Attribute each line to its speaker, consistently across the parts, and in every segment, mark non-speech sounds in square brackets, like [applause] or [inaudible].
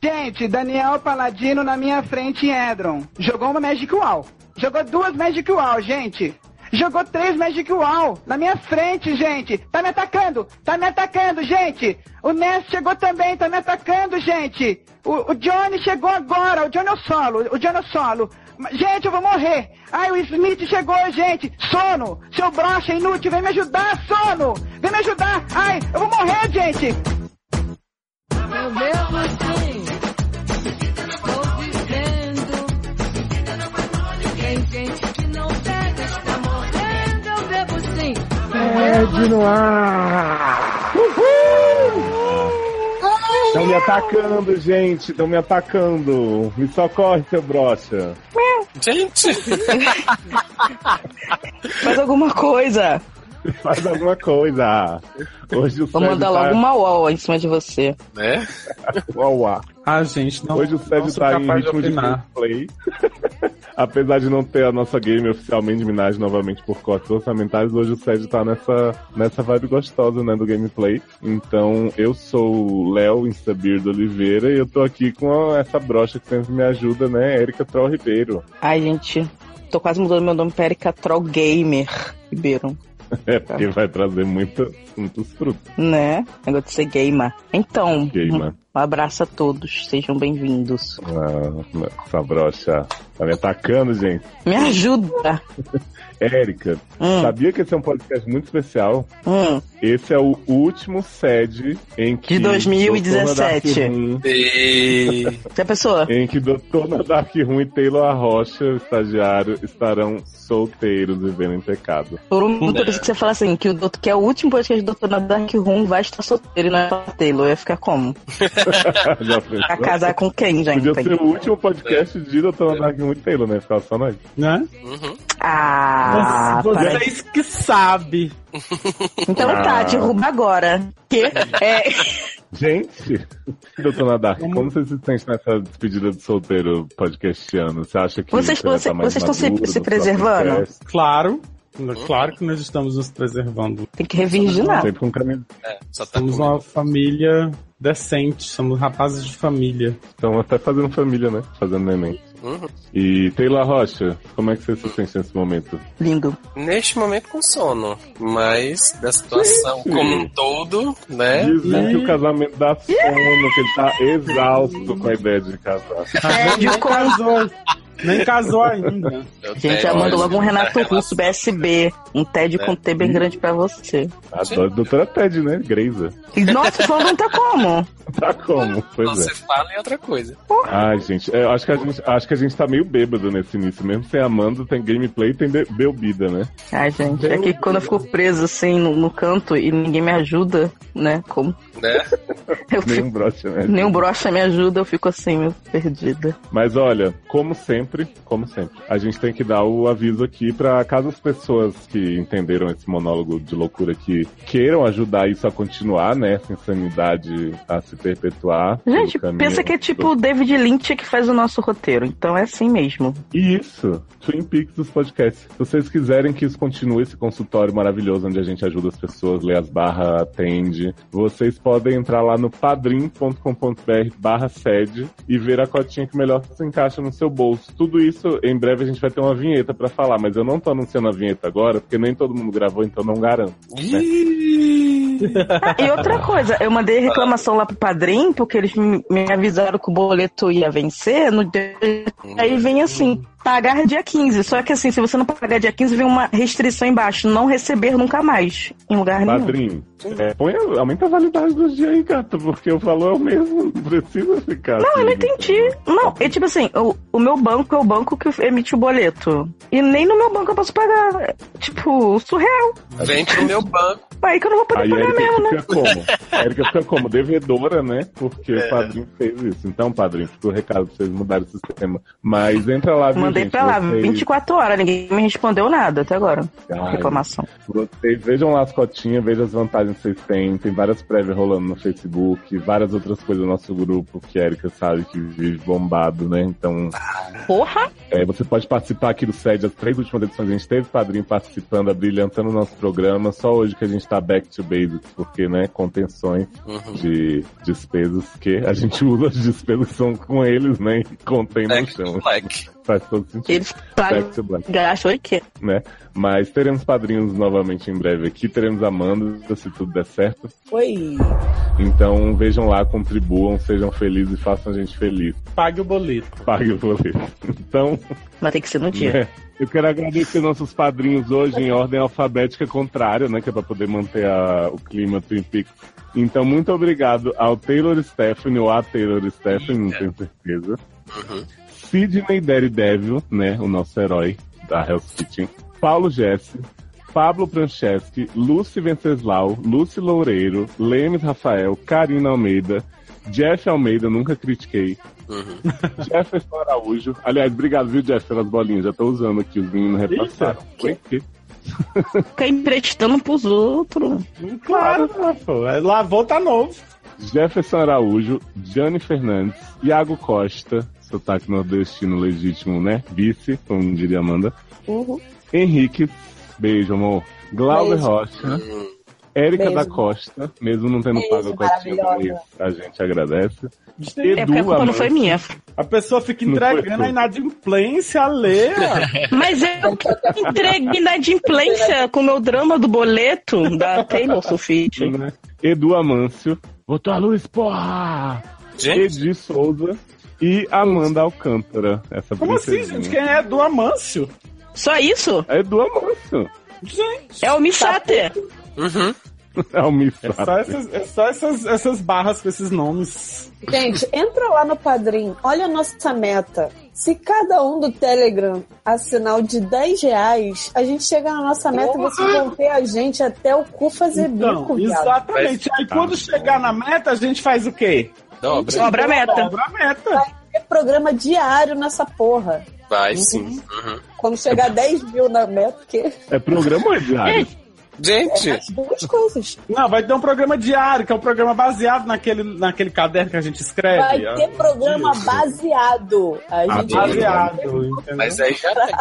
Speaker 1: Gente, Daniel Paladino na minha frente em Edron. Jogou uma Magic Wall. Jogou duas Magic Wall, gente. Jogou três Magic Wall na minha frente, gente. Tá me atacando, tá me atacando, gente. O Ness chegou também, tá me atacando, gente. O, o Johnny chegou agora, o Johnny é o solo, o Johnny é o solo. Mas, Gente, eu vou morrer. Ai, o Smith chegou, gente. Sono, seu brocha inútil, vem me ajudar, sono. Vem me ajudar. Ai, eu vou morrer, gente.
Speaker 2: Eu mesmo assim vou dizendo Tem gente que não pega, está morrendo Eu bebo sim
Speaker 3: Pede no ar! Estão me atacando, gente. Estão me atacando. Me socorre, seu brocha.
Speaker 4: Gente,
Speaker 5: Faz alguma coisa.
Speaker 3: Faz alguma coisa. Hoje o Sérgio
Speaker 5: Vou mandar
Speaker 3: tá-
Speaker 5: logo um. uma wall em cima de você.
Speaker 4: né?
Speaker 3: Uau, uau.
Speaker 6: Ah, gente, não,
Speaker 3: Hoje o
Speaker 6: não
Speaker 3: Sérgio
Speaker 6: sou
Speaker 3: tá em
Speaker 6: capaz de
Speaker 3: ritmo de
Speaker 6: opinar.
Speaker 3: gameplay. [laughs] Apesar de não ter a nossa game oficialmente minada novamente por cotas orçamentárias, hoje o Sérgio tá nessa, nessa vibe gostosa, né, do gameplay. Então, eu sou o Léo Instabirdo Oliveira e eu tô aqui com a- essa brocha que sempre me ajuda, né, Erika Troll Ribeiro. [laughs]
Speaker 5: Ai, gente, tô quase mudando meu nome pra Erika Troll Gamer Ribeiro,
Speaker 3: É, porque vai trazer muita, muitos frutos,
Speaker 5: né? Negócio de ser gamer. Então, um
Speaker 3: gamer.
Speaker 5: abraço a todos, sejam bem-vindos.
Speaker 6: Uhum.
Speaker 3: Ah, essa brocha tá me atacando, gente.
Speaker 5: Me ajuda!
Speaker 3: Érica,
Speaker 5: Hum,
Speaker 3: sabia que esse é um podcast muito especial?
Speaker 5: hum.
Speaker 3: Esse é o último sede em que.
Speaker 5: De 2017.
Speaker 3: Doutor Nadark Rum-
Speaker 4: E...
Speaker 5: Já pensou?
Speaker 3: Em que Dr. Nadark Rum e Taylor Arrocha, o estagiário, estarão solteiros vivendo em pecado. [laughs]
Speaker 5: Por um minuto
Speaker 4: Né.
Speaker 5: eu pensei que você fala assim, que o, doutor- que é o último podcast do Doutor na Dark Room vai estar solteiro e não é pra Taylor. Eu ia ficar como?
Speaker 3: Já
Speaker 5: Pra
Speaker 3: pensou?
Speaker 5: casar com quem, gente?
Speaker 3: Podia ser o último podcast de Dr. Nadark Rum e Taylor, né? Ficava só nós.
Speaker 6: Né?
Speaker 4: Uhum.
Speaker 5: Ah,
Speaker 6: Vocês-
Speaker 5: para
Speaker 6: Vocês que sabem.
Speaker 5: Então
Speaker 3: Ah.
Speaker 5: tá, derruba agora. Que é,
Speaker 3: Gente, [laughs] Dr. Nadark,
Speaker 6: Como-
Speaker 3: como você se sente nessa despedida de solteiro podcastiano? Você acha que.
Speaker 5: Vocês-
Speaker 3: você vai
Speaker 5: você-
Speaker 3: tá mais
Speaker 5: vocês estão se-
Speaker 3: maduro
Speaker 5: se
Speaker 3: no
Speaker 5: preservando?
Speaker 3: podcast?
Speaker 6: Claro. Claro que nós estamos nos preservando.
Speaker 5: tem que revirginar.
Speaker 3: Sempre com camisa.
Speaker 4: É, só tá
Speaker 6: Somos
Speaker 4: com-
Speaker 6: uma família decente, somos rapazes de família.
Speaker 3: Estão Então, até fazendo família, né? Fazendo neném.
Speaker 4: Uhum.
Speaker 3: E Taylor Rocha, como é que você se sente nesse momento?
Speaker 5: Lindo.
Speaker 4: Neste momento com sono, mas da situação como um todo, né?
Speaker 3: Dizem que o casamento dá sono, que ele tá exausto com a ideia de casar.
Speaker 6: Mas nem casou. Nem casou ainda.
Speaker 4: Eu
Speaker 5: Gente,
Speaker 4: tenho
Speaker 5: já mandou
Speaker 4: hoje
Speaker 5: logo um
Speaker 4: uma
Speaker 5: Renato Russo,
Speaker 4: relação-
Speaker 5: BSB. Um TED com T bem grande pra você.
Speaker 3: Adoro. Doutora Ted, né? Greisa.
Speaker 5: E, nossa, falando tá como?
Speaker 3: Tá como? Pois é.
Speaker 4: Você fala em outra coisa.
Speaker 3: Ai, gente, é, acho, que a gente acho que a gente tá meio bêbado nesse início. Mesmo sem Amanda, tem gameplay e tem be- bebida, né?
Speaker 5: Ai, gente, é que quando eu fico preso assim no, no canto e ninguém me ajuda, né? Como?
Speaker 4: Né?
Speaker 5: Eu fico,
Speaker 3: Nenhum broche, né?
Speaker 5: nem o brocha me ajuda, eu fico assim, meio perdida.
Speaker 3: Mas olha, como sempre, como sempre, a gente tem que dar o aviso aqui pra caso as pessoas que entenderam esse monólogo de loucura aqui queiram ajudar isso a continuar, né? Essa insanidade a se perpetuar. pelo
Speaker 5: Gente,
Speaker 3: caminho
Speaker 5: pensa que é
Speaker 3: do-
Speaker 5: tipo o David Lynch que faz o nosso roteiro. Então é assim mesmo.
Speaker 3: E isso, Twin Peaks dos podcasts. Se vocês quiserem que isso continue, esse consultório maravilhoso onde a gente ajuda as pessoas, lê as barras, atende, vocês podem entrar lá no padrim.com.br barra sede e ver a cotinha que melhor se encaixa no seu bolso. Tudo isso, em breve a gente vai ter uma vinheta pra falar, mas eu não tô anunciando a vinheta agora, porque nem todo mundo gravou, então não garanto.
Speaker 5: Ah, e outra coisa, eu mandei reclamação lá pro padrinho, porque eles me me avisaram que o boleto ia vencer. No dia... Aí vem assim, pagar dia 15. Só que assim, se você não pagar dia 15, vem uma restrição embaixo, não receber nunca mais em lugar nenhum.
Speaker 3: Padrim, é, põe, a- aumenta a validade dos dias aí, gato, porque o valor é o mesmo, não precisa ficar.
Speaker 5: Não, eu não
Speaker 3: assim,
Speaker 5: entendi. Não, é tipo assim, o, o meu banco é o banco que emite o boleto. E nem no meu banco eu posso pagar. É, Tipo, surreal.
Speaker 4: Vem pro meu banco.
Speaker 5: Aí que eu não vou poder
Speaker 3: Aí a
Speaker 5: pagar
Speaker 3: Erika
Speaker 5: mesmo, né?
Speaker 3: fica como? A Erika fica como? Devedora, né? Porque o padrinho fez isso. Então, padrinho, fica o recado pra vocês mudarem o sistema. Mas entra lá, viu,
Speaker 5: Mandei
Speaker 3: gente?
Speaker 5: pra lá,
Speaker 3: Vocês-
Speaker 5: 24 horas, ninguém me respondeu nada até agora.
Speaker 3: Ai,
Speaker 5: Reclamação.
Speaker 3: vocês vejam lá as cotinhas, vejam as vantagens que vocês têm. Tem várias prévias rolando no Facebook, várias outras coisas no nosso grupo, que a Erika sabe que vive bombado, né? Então,
Speaker 5: Porra!
Speaker 3: é, você pode participar aqui do SED, as três últimas edições a gente teve padrinho participando, abrilhantando o nosso programa. Só hoje que a gente está back to basics, porque, né, contenções
Speaker 4: Uhum.
Speaker 3: de despesas que a gente [laughs] usa as despesas que são com eles, né, e contém no
Speaker 4: Black,
Speaker 3: chão.
Speaker 4: Black.
Speaker 3: Faz todo sentido.
Speaker 5: Eles pagam.
Speaker 3: Back to black
Speaker 5: Gastou e quê?
Speaker 3: né? Mas teremos padrinhos novamente em breve aqui, teremos Amanda, se tudo der certo.
Speaker 7: Oi.
Speaker 3: Então vejam lá, contribuam, sejam felizes e façam a gente feliz.
Speaker 6: Pague o boleto.
Speaker 3: Pague o boleto. [laughs] Então,
Speaker 5: Mas tem que ser no dia.
Speaker 3: né, eu quero agradecer nossos padrinhos hoje em ordem alfabética contrária, né? Que é pra poder manter a- o clima Twin Peaks. Então, muito obrigado ao Taylor Stephanie, ou a Taylor Stephanie, não tenho certeza.
Speaker 4: Uhum.
Speaker 3: Sidney Daredevil, né? O nosso herói da Hell's Kitchen. Paulo Jesse, Pablo Franceschi, Lucy Venceslau, Lucy Loureiro, Lemes Rafael, Karina Almeida, Jeff Almeida, nunca critiquei.
Speaker 4: Uhum.
Speaker 3: [laughs] Jefferson Araújo. Aliás, obrigado, viu, Jeff, pelas bolinhas. Já tô usando aqui, os meninos repassaram. Oi, quê?
Speaker 5: Fica emprestando pros outros.
Speaker 6: Claro, pô. É, Lavou, tá novo.
Speaker 3: Jefferson Araújo, Jane Fernandes, Iago Costa, sotaque nordestino legítimo, né? Vice, como diria Amanda.
Speaker 7: Uhum.
Speaker 3: Henrique, beijo, amor. Glauber
Speaker 7: Beijo.
Speaker 3: Rocha.
Speaker 6: Uhum.
Speaker 3: Érica
Speaker 7: Beijo.
Speaker 3: da Costa, mesmo não tendo
Speaker 7: Beijo,
Speaker 3: pago a cotinha do mês,
Speaker 7: maravilhosa.
Speaker 3: a gente agradece.
Speaker 5: É porque a culpa não
Speaker 3: Amanda.
Speaker 5: foi minha.
Speaker 6: A pessoa fica
Speaker 3: Não foi tu.
Speaker 6: entregando a
Speaker 3: [laughs]
Speaker 6: inadimplência alheia.
Speaker 5: Mas eu que entreguei na inadimplência com o meu drama do boleto da Taylor Swift.
Speaker 3: Né? Edu Amâncio, botou a luz, porra!
Speaker 4: Gente,
Speaker 3: Edi Souza e Amanda Alcântara. Essa
Speaker 6: Como assim,
Speaker 3: princesinha.
Speaker 6: gente? Quem é do Amâncio?
Speaker 5: Só isso?
Speaker 3: É Edu Amâncio. [laughs]
Speaker 6: Gente,
Speaker 5: É o Missater.
Speaker 4: uhum.
Speaker 3: É o
Speaker 6: é só,
Speaker 3: Missato.
Speaker 6: essas, é só essas, essas barras com esses nomes.
Speaker 7: Gente, entra lá no Padrim. Olha a nossa meta. Se cada um do Telegram assinar o de 10 reais, a gente chega na nossa meta e vocês vão ter a gente até o cu fazer bico,
Speaker 6: Então,
Speaker 7: viado.
Speaker 6: exatamente. Aí quando chegar na meta, a gente faz o quê?
Speaker 4: Dobra.
Speaker 5: Dobra a meta.
Speaker 6: Dobra a meta.
Speaker 7: É programa diário nessa porra.
Speaker 4: Vai sim. Uhum.
Speaker 7: Quando chegar a 10 mil na meta, que
Speaker 3: É programa ou é diário?
Speaker 4: Gente,
Speaker 7: as duas coisas.
Speaker 6: Não, vai ter um programa diário, que é um programa baseado naquele, naquele caderno que a gente escreve.
Speaker 7: Vai
Speaker 6: Ah,
Speaker 7: ter programa
Speaker 6: isso. Ah,
Speaker 7: baseado. A gente
Speaker 3: Adoro.
Speaker 6: Baseado, entendeu?
Speaker 4: mas aí já tá. tem.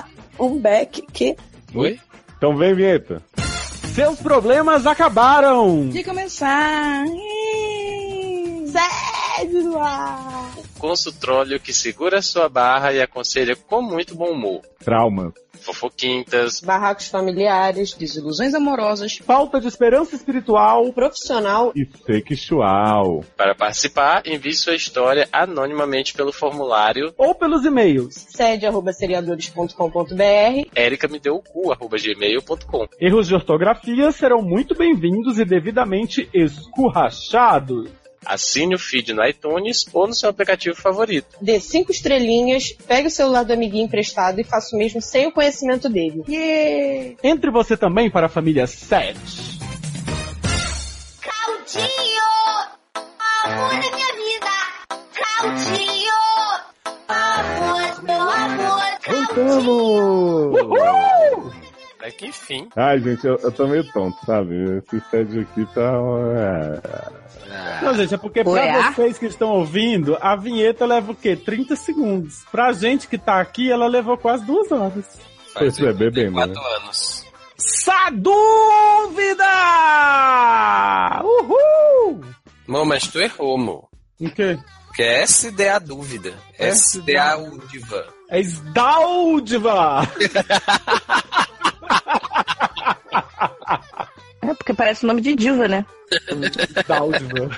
Speaker 7: um back que
Speaker 4: Oi?
Speaker 3: Então vem, vinheta.
Speaker 6: Seus problemas acabaram.
Speaker 5: De começar.
Speaker 7: segue lá.
Speaker 4: Consultróleo que segura sua barra e aconselha com muito bom humor.
Speaker 3: Trauma.
Speaker 4: Fofoquintas,
Speaker 7: Barracos familiares,
Speaker 8: desilusões amorosas,
Speaker 6: Falta de esperança espiritual.
Speaker 7: profissional.
Speaker 3: E sexual.
Speaker 4: Para participar, envie sua história anonimamente pelo formulário
Speaker 6: Ou pelos e-mails.
Speaker 7: Sede arroba seriadores.com.br.
Speaker 4: ericamedeucu.gmail.com
Speaker 6: Erros de ortografia serão muito bem-vindos e devidamente escurrachados.
Speaker 4: Assine o feed no iTunes ou no seu aplicativo favorito.
Speaker 7: Dê cinco estrelinhas, pegue o celular do amiguinho emprestado e faça o mesmo sem o conhecimento dele.
Speaker 6: Entre você também para a família 7.
Speaker 9: Claudinho! Amor da minha vida! Claudinho! Amor, meu amor!
Speaker 4: É que enfim.
Speaker 3: Ai, gente, eu, eu tô meio tonto, sabe? Esse sede aqui tá. é.
Speaker 6: Não, gente, é porque pra
Speaker 8: Ué?
Speaker 6: vocês que estão ouvindo, a vinheta leva o quê? 30 segundos. Pra gente que tá aqui, ela levou quase duas horas.
Speaker 3: Faz Esse né? bebê bem, mano.
Speaker 4: 4 anos.
Speaker 6: Sa dúvida! Uhul!
Speaker 4: Mô, mas tu errou, mo.
Speaker 6: O quê?
Speaker 4: Que é SDA dúvida. SDA Udiva.
Speaker 6: É Sdáldiva!
Speaker 5: É porque parece o nome de diva, né?
Speaker 6: Sdáldiva.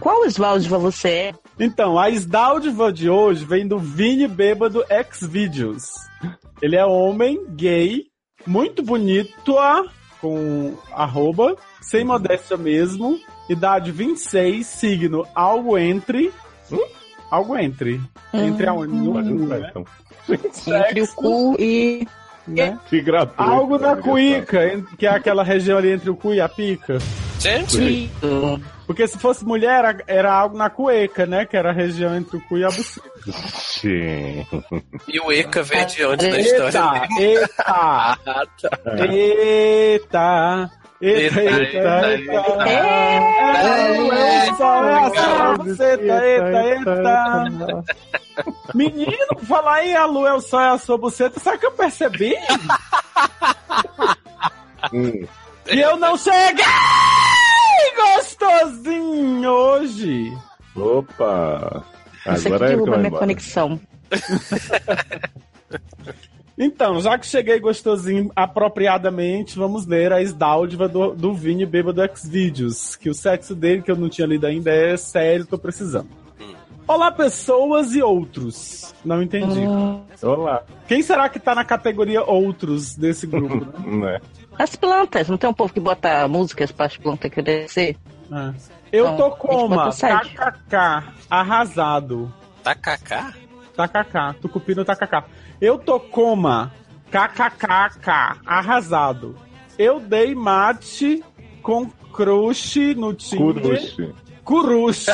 Speaker 5: Qual Oswaldiva você é?
Speaker 6: Então, a Sdáldiva de hoje vem do Vini Bêbado Xvideos. Ele é homem, gay, muito bonito, ah, com arroba, sem modéstia mesmo, idade 26, signo algo entre... Hum? Algo entre. Entre a
Speaker 3: Mas não
Speaker 6: união,
Speaker 3: faz,
Speaker 6: né?
Speaker 3: então.
Speaker 8: entre o cu e
Speaker 6: Né?
Speaker 3: Que gratuito.
Speaker 6: Algo da
Speaker 3: Obrigado.
Speaker 6: cuíca, en- que é aquela região ali entre o cu e a pica.
Speaker 4: Gente,
Speaker 3: Sim.
Speaker 5: Tito.
Speaker 6: Porque se fosse mulher, era- era algo na cueca, né? Que era a região entre o cu e a buceta.
Speaker 3: Gente.
Speaker 4: e o ECA vem de onde da história?
Speaker 6: Eita, eita,
Speaker 4: Ah,
Speaker 6: eita, eita,
Speaker 4: Eita,
Speaker 6: eita,
Speaker 4: eita,
Speaker 6: eita.
Speaker 4: eita.
Speaker 6: É, é o sol, é a sua buceta, eita, eita.
Speaker 3: eita.
Speaker 6: Menino, falar aí, a lua é o sol, é a sua buceta. Sabe o que eu percebi?
Speaker 3: Hum,
Speaker 6: E eu não cheguei gostosinho hoje.
Speaker 3: Opa!
Speaker 5: Isso aqui
Speaker 3: Agora é que
Speaker 5: derruba a
Speaker 3: vai
Speaker 5: minha
Speaker 3: embora.
Speaker 5: conexão.
Speaker 6: Então, já que cheguei gostosinho apropriadamente, vamos ler a esdáldiva do, do Vini Bêbado Xvideos, que o sexo dele, que eu não tinha lido ainda, é sério, tô precisando. Olá, pessoas e outros. Não entendi.
Speaker 5: Hum.
Speaker 3: Olá,
Speaker 6: Quem será que tá na categoria outros desse grupo?
Speaker 5: [laughs]
Speaker 6: né?
Speaker 3: né?
Speaker 5: As plantas, não tem um povo que bota músicas para as plantas crescer?
Speaker 6: Ah. Eu tô
Speaker 5: Então, a
Speaker 6: com
Speaker 5: gente
Speaker 6: uma
Speaker 5: botou sete.
Speaker 6: kkk, arrasado.
Speaker 4: Tá Tacacá?
Speaker 6: Tacacá, tucupi no tacacá. Eu tô coma, kkkk, arrasado. Eu dei mate com crush no Tinder.
Speaker 3: Kurushi.
Speaker 6: [laughs] Curuche.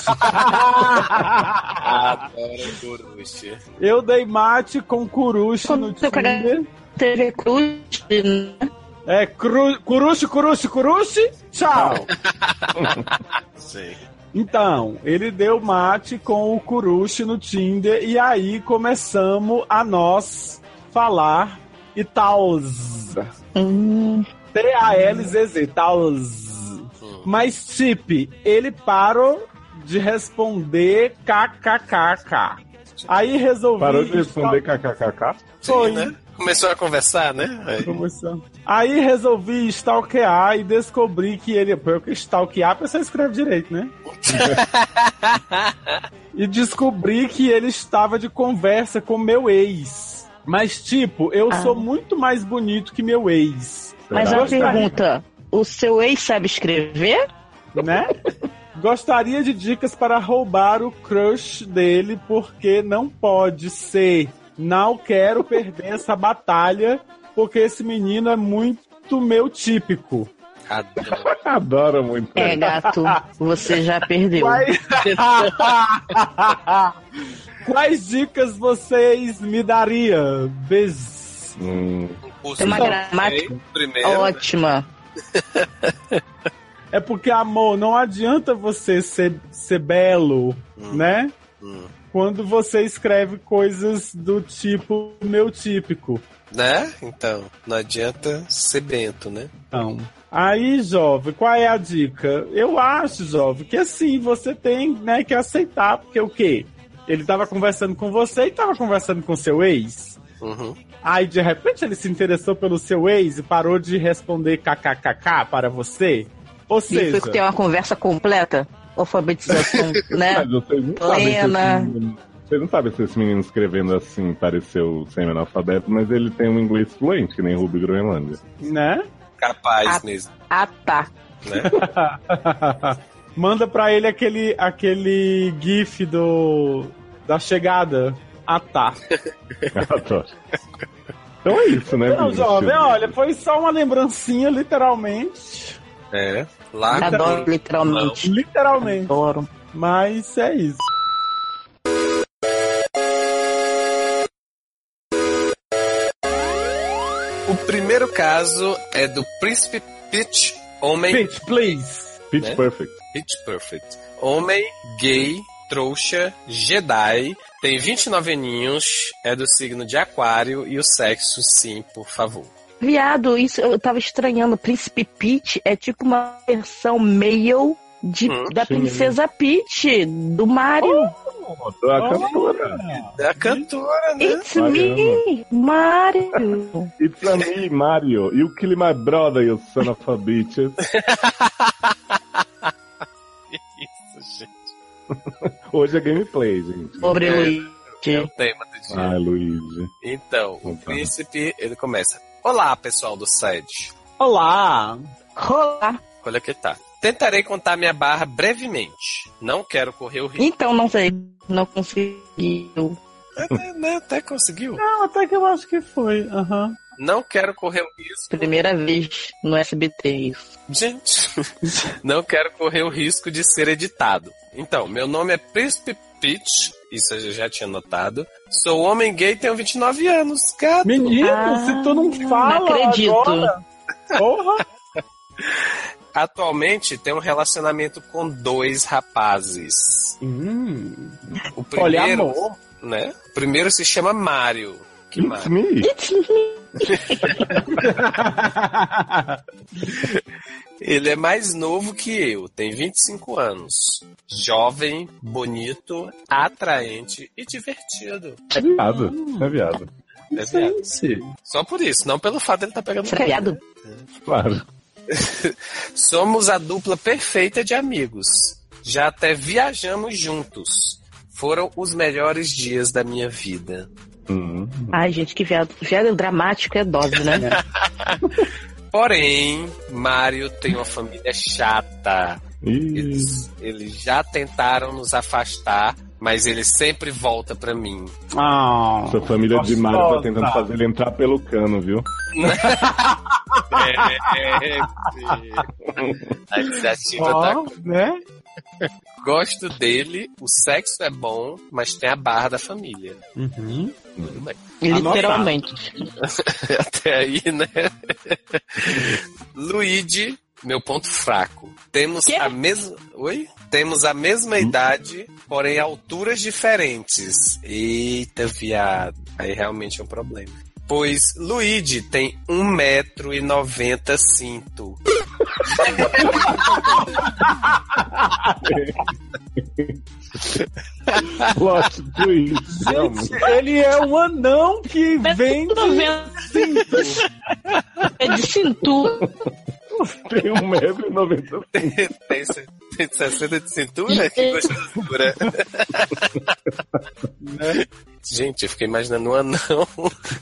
Speaker 4: Adoro coruche.
Speaker 6: Eu dei mate com curuche no
Speaker 5: Seu
Speaker 6: Tinder.
Speaker 5: TV Cruz, né?
Speaker 6: É, cru, curuche, curuche, curuche, tchau.
Speaker 4: Sei.
Speaker 6: Então, ele deu mate com o Kurushi no Tinder e aí começamos a nós falar e tals.
Speaker 5: Hum,
Speaker 6: T-A-L-Z-Z, tals.
Speaker 4: Hum.
Speaker 6: Mas, Tip, ele parou de responder kkkk. Aí resolvi...
Speaker 3: Parou de responder kkkk?
Speaker 6: Foi.
Speaker 4: Sim, né? Começou a conversar, né? Aí.
Speaker 6: Promoção. Aí resolvi stalkear e descobri que ele. Porque stalkear a pessoa escreve direito, né? e descobri que ele estava de conversa com meu ex. Mas, tipo, eu
Speaker 5: Ah.
Speaker 6: sou muito mais bonito que meu ex,
Speaker 5: mas
Speaker 3: Será?
Speaker 5: uma pergunta: o seu ex sabe escrever?
Speaker 6: né? Gostaria de dicas para roubar o crush dele, porque não pode ser. Não quero perder essa batalha, porque esse menino é muito meu típico.
Speaker 4: Adoro.
Speaker 5: um-
Speaker 3: Adoro muito.
Speaker 5: É, gato, você já perdeu.
Speaker 6: Quais... [laughs] Quais dicas vocês me daria? Bez...
Speaker 3: Hum,
Speaker 4: Um curso
Speaker 5: Tem uma
Speaker 4: de
Speaker 5: gramática
Speaker 4: francês, Primeiro.
Speaker 5: Ótima.
Speaker 6: É porque, amor, não adianta você ser, ser belo,
Speaker 4: Hum.
Speaker 6: né?
Speaker 4: Hum.
Speaker 6: Quando você escreve coisas do tipo meu típico.
Speaker 4: Né? Então, não adianta ser bento, né?
Speaker 6: Então, aí, jovem, qual é a dica? Eu acho, jovem, que assim, você tem né, que aceitar, porque o quê? Ele tava conversando com você e tava conversando com seu ex.
Speaker 4: Uhum.
Speaker 6: Aí de repente ele se interessou pelo seu ex e parou de responder kkkk para você? Ou
Speaker 5: E foi
Speaker 6: seja,
Speaker 5: que tem uma conversa completa,
Speaker 6: [laughs]
Speaker 5: alfabetização, né?
Speaker 3: Mas vocês não sabem se esse
Speaker 5: Plena.
Speaker 3: menino- Vocês não sabem se esse menino escrevendo assim pareceu semi-analfabeto, mas ele tem um inglês fluente, que nem Ruby Groenlândia. [laughs]
Speaker 6: né? [laughs]
Speaker 4: Capaz
Speaker 5: Ah.
Speaker 4: mesmo,
Speaker 5: Ah, tá.
Speaker 4: né?
Speaker 6: Manda pra ele aquele, aquele gif do da chegada. Ah tá.
Speaker 3: Adoro. Então é isso, né,
Speaker 6: Então,
Speaker 3: bicho?
Speaker 6: jovem, olha, foi só uma lembrancinha, literalmente.
Speaker 4: É.
Speaker 6: Ah,
Speaker 4: Lá
Speaker 6: tá.
Speaker 5: Adoro, Tá literalmente.
Speaker 6: Literalmente.
Speaker 5: Adoro.
Speaker 6: Mas é isso.
Speaker 4: O primeiro caso é do príncipe Pitch, homem
Speaker 6: Pitch, please.
Speaker 3: Pitch
Speaker 4: né?
Speaker 3: Perfect.
Speaker 4: Pitch Perfect. Homem gay, trouxa, Jedi, tem 29 aninhos, é do signo de aquário e o sexo sim, por favor.
Speaker 5: Viado, isso eu tava estranhando. Príncipe Peach é tipo uma versão meio de,
Speaker 4: Hum,
Speaker 5: da
Speaker 3: sim.
Speaker 5: Princesa Peach, do Mario.
Speaker 3: Pô, a cantora.
Speaker 4: É a cantora, né?
Speaker 5: It's me, Mario.
Speaker 3: It's a me, Mario. You kill my brother, you son of a bitch.
Speaker 4: Isso, gente.
Speaker 3: Hoje é gameplay, gente.
Speaker 5: Pobre Luigi.
Speaker 4: É o tema do dia.
Speaker 3: Ai, Luigi.
Speaker 4: Então, o
Speaker 3: Ah. Opa.
Speaker 4: príncipe, ele começa. Olá, pessoal do SED.
Speaker 6: Olá.
Speaker 5: Rolar.
Speaker 4: Olha que tá. Tentarei contar minha barra brevemente. Não quero correr o risco.
Speaker 5: Então, não sei. Não conseguiu.
Speaker 4: Até, né, até conseguiu.
Speaker 6: Ah, até que eu acho que foi. Aham.
Speaker 4: Não quero correr o risco.
Speaker 5: Primeira vez no SBT isso.
Speaker 4: Gente, [laughs] não quero correr o risco de ser editado. Então, meu nome é Príncipe Peach, isso eu já tinha notado. Sou homem gay, tenho 29 anos, gato.
Speaker 6: Menino,
Speaker 5: Ah,
Speaker 6: se tu não fala
Speaker 5: não acredito.
Speaker 6: agora... Porra!
Speaker 4: Atualmente tenho um relacionamento com dois rapazes. O
Speaker 6: Olha,
Speaker 4: primeiro,
Speaker 6: amor.
Speaker 4: né? O primeiro se chama Mário. Que
Speaker 3: It's
Speaker 4: Mário?
Speaker 3: me.
Speaker 5: It's me,
Speaker 4: Ele é mais novo que eu, tem 25 anos. Jovem, bonito, atraente e divertido.
Speaker 3: É viado, é viado.
Speaker 4: É viado. Só por isso, não pelo fato de ele estar pegando
Speaker 5: Será é viado?
Speaker 3: Claro.
Speaker 4: Somos a dupla perfeita de amigos. Já até viajamos juntos. Foram os melhores dias da minha vida.
Speaker 3: Uhum.
Speaker 5: Ai, gente, que viado. Viado dramático é dose,
Speaker 4: [laughs]
Speaker 5: né?
Speaker 4: Porém, Mário tem uma família chata.
Speaker 3: Ih,
Speaker 4: Eles, eles já tentaram nos afastar, mas ele sempre volta pra [laughs] mim.
Speaker 6: Ah,
Speaker 3: Essa família de Mario tá
Speaker 6: Gostosa.
Speaker 3: tentando fazer ele entrar pelo cano, viu?
Speaker 4: É, a iniciativa tá
Speaker 6: ó, né?
Speaker 4: Gosto dele, o sexo é bom, mas tem a barra da família.
Speaker 6: Uhum.
Speaker 4: Tudo bem.
Speaker 5: Literalmente.
Speaker 4: Até aí, né? Luigi, meu ponto fraco. Temos
Speaker 5: Quê?
Speaker 4: a mesma. Oi? Temos a mesma idade, porém alturas diferentes. Eita, viado. Aí realmente é um problema. Pois Luigi tem 1,90m cinto.
Speaker 3: Plot twist. vamos.
Speaker 6: Gente, ele é um anão que
Speaker 5: Mas
Speaker 6: vem
Speaker 5: tudo
Speaker 6: de...
Speaker 5: vendo. É de cintura.
Speaker 3: Tem 1,90m.
Speaker 4: tem, ce- tem 60 de cintura? Que gostosura. Né? Gente, eu fiquei imaginando um anão [laughs]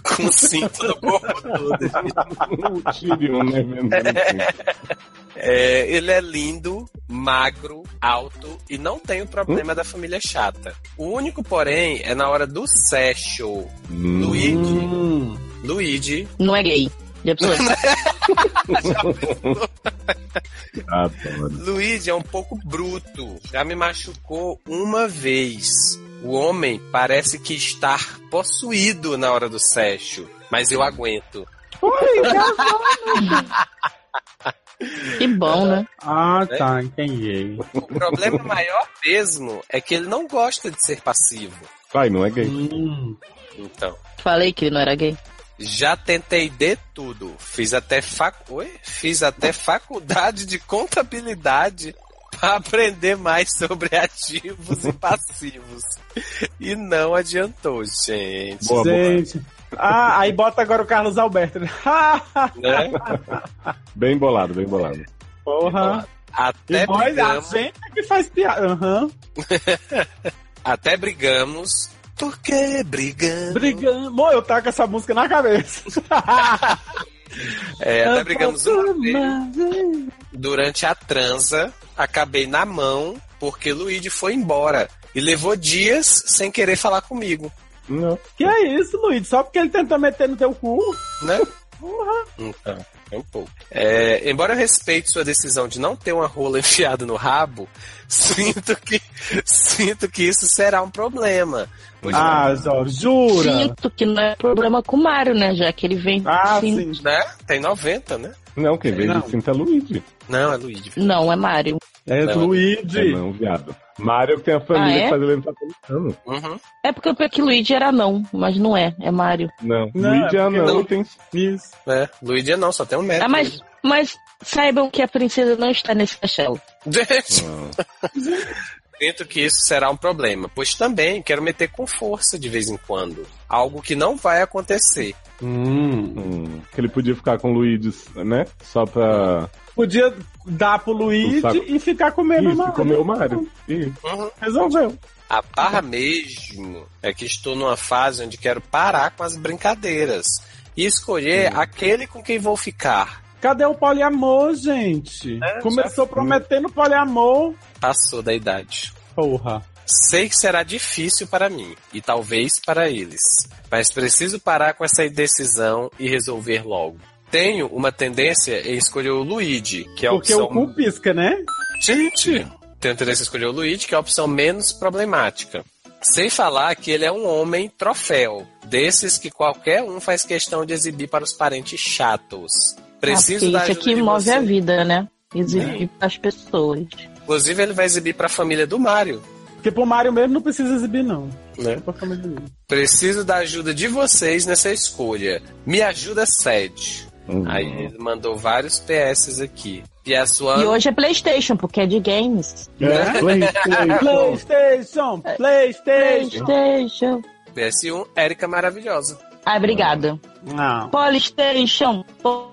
Speaker 4: com cinto no corpo todo.
Speaker 3: Um tirium, né? Menino?
Speaker 4: É, ele é lindo, magro, alto e não tem o problema da família chata. O único, porém, é na hora do sexo. Luigi.
Speaker 6: Hum.
Speaker 4: Luigi.
Speaker 5: Não é gay. Já pensou?
Speaker 3: Adoro.
Speaker 4: Luigi é um pouco bruto. Já me machucou uma vez. O homem parece que está possuído na hora do sexo, mas eu aguento.
Speaker 5: Que bom, né?
Speaker 6: Ah, tá, entendi.
Speaker 4: O problema maior mesmo é que ele não gosta de ser passivo.
Speaker 3: Vai, não é gay.
Speaker 6: Hum.
Speaker 4: Então,
Speaker 5: Falei que ele não era gay.
Speaker 4: já tentei de tudo. Fiz até facu... Oi? Fiz até faculdade de contabilidade [laughs] para aprender mais sobre ativos e passivos. E não adiantou, gente.
Speaker 3: Boa, boa.
Speaker 6: Gente. Ah, aí bota agora o Carlos Alberto. [laughs] né?
Speaker 4: Né?
Speaker 3: Bem bolado, bem bolado.
Speaker 6: Porra.
Speaker 4: Até
Speaker 6: E nós, a
Speaker 4: brigamos,
Speaker 6: gente é que faz piada. Aham.
Speaker 4: até brigamos. Por que brigamos?
Speaker 6: Brigando. Bom, eu taco essa música na cabeça. [laughs]
Speaker 4: É, até brigamos uma vez. Durante a transa, acabei na mão porque Luigi foi embora e levou dias sem querer falar comigo,
Speaker 3: Não.
Speaker 6: Que é isso, Luiz? Só porque ele tentou meter no teu cu?
Speaker 4: né? Então, é um pouco. É, embora eu respeite sua decisão de não ter uma rola [laughs] enfiada no rabo, sinto que sinto que isso será um problema. Pois é.
Speaker 6: Ah, Zó, jura?
Speaker 5: Sinto que não é problema com o Mário, né? Já que ele vem. assim.
Speaker 6: Ah,
Speaker 5: sim.
Speaker 6: sim.
Speaker 4: né? Tem 90, né?
Speaker 3: Não, quem vem
Speaker 6: Não.
Speaker 3: de cinta é Luigi.
Speaker 4: Não, é Luigi.
Speaker 5: Não, é Mário.
Speaker 6: É
Speaker 4: Não.
Speaker 3: É,
Speaker 6: Luigi.
Speaker 3: não, viado. Mário que tem a família
Speaker 5: Ah, é?
Speaker 3: que faz ele entrar pelo cano.
Speaker 4: Uhum.
Speaker 5: É porque eu pensei que Luigi era não, mas não é, é Mário.
Speaker 3: Não.
Speaker 6: Não,
Speaker 3: Luigi é
Speaker 6: porque
Speaker 3: não,
Speaker 4: não.
Speaker 3: tem
Speaker 6: Isso.
Speaker 4: É, Luigi é não, só tem um metro.
Speaker 5: Ah, mas, mas saibam que a princesa não está nesse castelo.
Speaker 4: Gente,
Speaker 3: Não.
Speaker 4: [laughs] Sinto que isso será um problema, pois também quero meter com força de vez em quando. Algo que não vai acontecer.
Speaker 3: Hum, que ele podia ficar com o Luigi, né? Só pra
Speaker 6: Podia dar pro
Speaker 3: O saco.
Speaker 6: Luigi e ficar comendo
Speaker 3: Isso,
Speaker 6: uma-
Speaker 3: comer o Mario. Ih,
Speaker 4: Uhum.
Speaker 6: Resolveu.
Speaker 4: A barra mesmo é que estou numa fase onde quero parar com as brincadeiras e
Speaker 6: Uhum.
Speaker 4: escolher aquele com quem vou ficar.
Speaker 6: Cadê o poliamor, gente?
Speaker 4: É,
Speaker 6: Começou prometendo poliamor.
Speaker 4: Passou da idade.
Speaker 6: Porra.
Speaker 4: Sei que será difícil para mim e talvez para eles, mas preciso parar com essa indecisão e resolver logo. Tenho uma tendência em escolher o Luigi, que é a
Speaker 6: Porque
Speaker 4: opção
Speaker 6: o cu pisca, né?
Speaker 4: Gente! Tenho interesse em escolher o Luigi, que é a opção menos problemática. Sem falar que ele é um homem troféu, desses que qualquer um faz questão de exibir para os parentes chatos. Preciso
Speaker 5: Porque
Speaker 4: da
Speaker 5: isso
Speaker 4: ajuda
Speaker 5: aqui
Speaker 4: de
Speaker 5: move
Speaker 4: vocês.
Speaker 5: a vida, né? Exibir as pessoas.
Speaker 4: Inclusive, ele vai exibir para a família do Mario.
Speaker 6: Porque pro Mario mesmo não precisa exibir, não.
Speaker 4: Né?
Speaker 6: É pra família dele.
Speaker 4: Preciso da ajuda de vocês nessa escolha. Me ajuda, Sede.
Speaker 3: Uhum.
Speaker 4: Aí ele mandou vários PS aqui. um,
Speaker 5: E
Speaker 4: Piaçuan.
Speaker 5: hoje é PlayStation, porque é de games.
Speaker 3: É, PlayStation.
Speaker 6: PlayStation!
Speaker 5: É.
Speaker 6: PlayStation!
Speaker 5: PlayStation.
Speaker 4: PS1, Érica Maravilhosa.
Speaker 5: Ah, obrigada.
Speaker 6: Não.
Speaker 5: Polystation.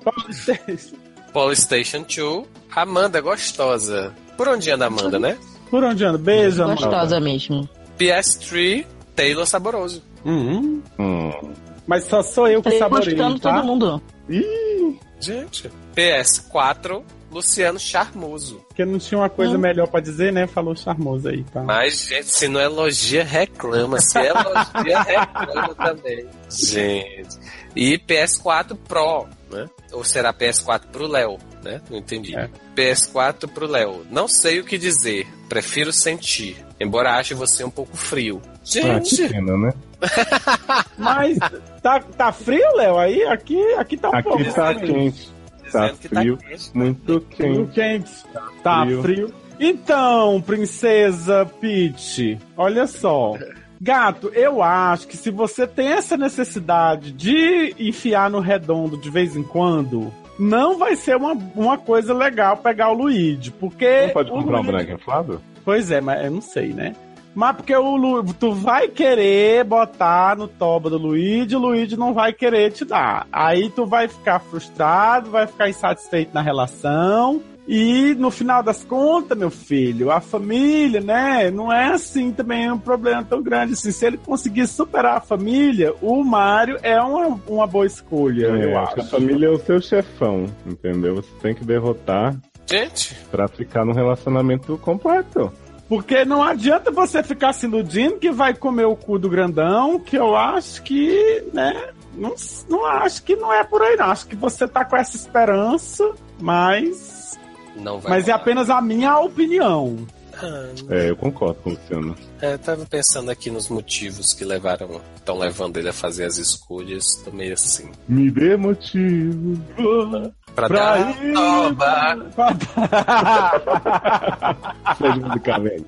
Speaker 6: PlayStation.
Speaker 4: Polystation 2, Amanda Gostosa. Por onde anda a Amanda, né?
Speaker 6: Por onde anda? Beijo, amor.
Speaker 5: Gostosa mesmo.
Speaker 4: PS3, Taylor Saboroso.
Speaker 6: Uhum.
Speaker 3: Hum.
Speaker 6: Mas só sou eu que saboreio,
Speaker 5: Gostando
Speaker 6: tá?
Speaker 5: todo mundo.
Speaker 4: Gente. PS4, Luciano Charmoso.
Speaker 6: Porque não tinha uma
Speaker 5: Hum.
Speaker 6: coisa melhor pra dizer, né? Falou charmoso aí, tá?
Speaker 4: Mas, gente, se não elogia, reclama. Se elogia, reclama também. Gente. E PS4 Pro, né? Ou será PS4 pro Léo, né? Não entendi.
Speaker 6: É.
Speaker 4: PS4 pro Léo. Não sei o que dizer. Prefiro sentir. Embora ache você um pouco frio.
Speaker 3: Ah, que
Speaker 4: Gente,
Speaker 3: pena, né?
Speaker 6: Mas tá, tá frio, Léo? Aí aqui, aqui tá um pouco.
Speaker 3: Aqui tá
Speaker 6: frio.
Speaker 3: quente.
Speaker 4: dizendo que tá
Speaker 3: frio.
Speaker 4: quente.
Speaker 3: Muito
Speaker 6: Frio
Speaker 3: quente.
Speaker 6: quente. Tá
Speaker 3: Frio.
Speaker 6: frio. Então, princesa Peach, olha só. Gato, eu acho que se você tem essa necessidade de enfiar no redondo de vez em quando, não vai ser uma, uma coisa legal pegar o Luigi, porque...
Speaker 3: Não pode
Speaker 6: o
Speaker 3: comprar um
Speaker 6: Luigi-
Speaker 3: boneco inflável?
Speaker 6: Pois é, mas eu não sei, né? Mas porque o Lu... tu vai querer botar no toba do Luigi, o Luigi não vai querer te dar. Aí tu vai ficar frustrado, vai ficar insatisfeito na relação. E no final das contas, meu filho, a família, né? Não é assim também um problema tão grande. Assim, se ele conseguir superar a família, o Mario é uma, uma boa escolha,
Speaker 3: É,
Speaker 6: eu
Speaker 3: que
Speaker 6: acho.
Speaker 3: A família é o seu chefão, entendeu? Você tem que derrotar
Speaker 4: Gente,
Speaker 3: pra ficar num relacionamento completo.
Speaker 6: Porque não adianta você ficar se iludindo que vai comer o cu do grandão, que eu acho que, né? Não, s- não acho que não é por aí, não. Acho que você tá com essa esperança, mas.
Speaker 4: não vai.
Speaker 6: mas é
Speaker 4: rolar.
Speaker 6: apenas a minha opinião.
Speaker 4: Ah,
Speaker 3: É, eu concordo com o Luciano.
Speaker 4: É, eu tava pensando aqui nos motivos que levaram, estão levando ele a fazer as escolhas, tô meio assim.
Speaker 3: Me dê [laughs] motivo.
Speaker 4: Pra,
Speaker 6: Pra
Speaker 4: dar
Speaker 6: ir-
Speaker 4: toba,
Speaker 3: Pode musicar, velho.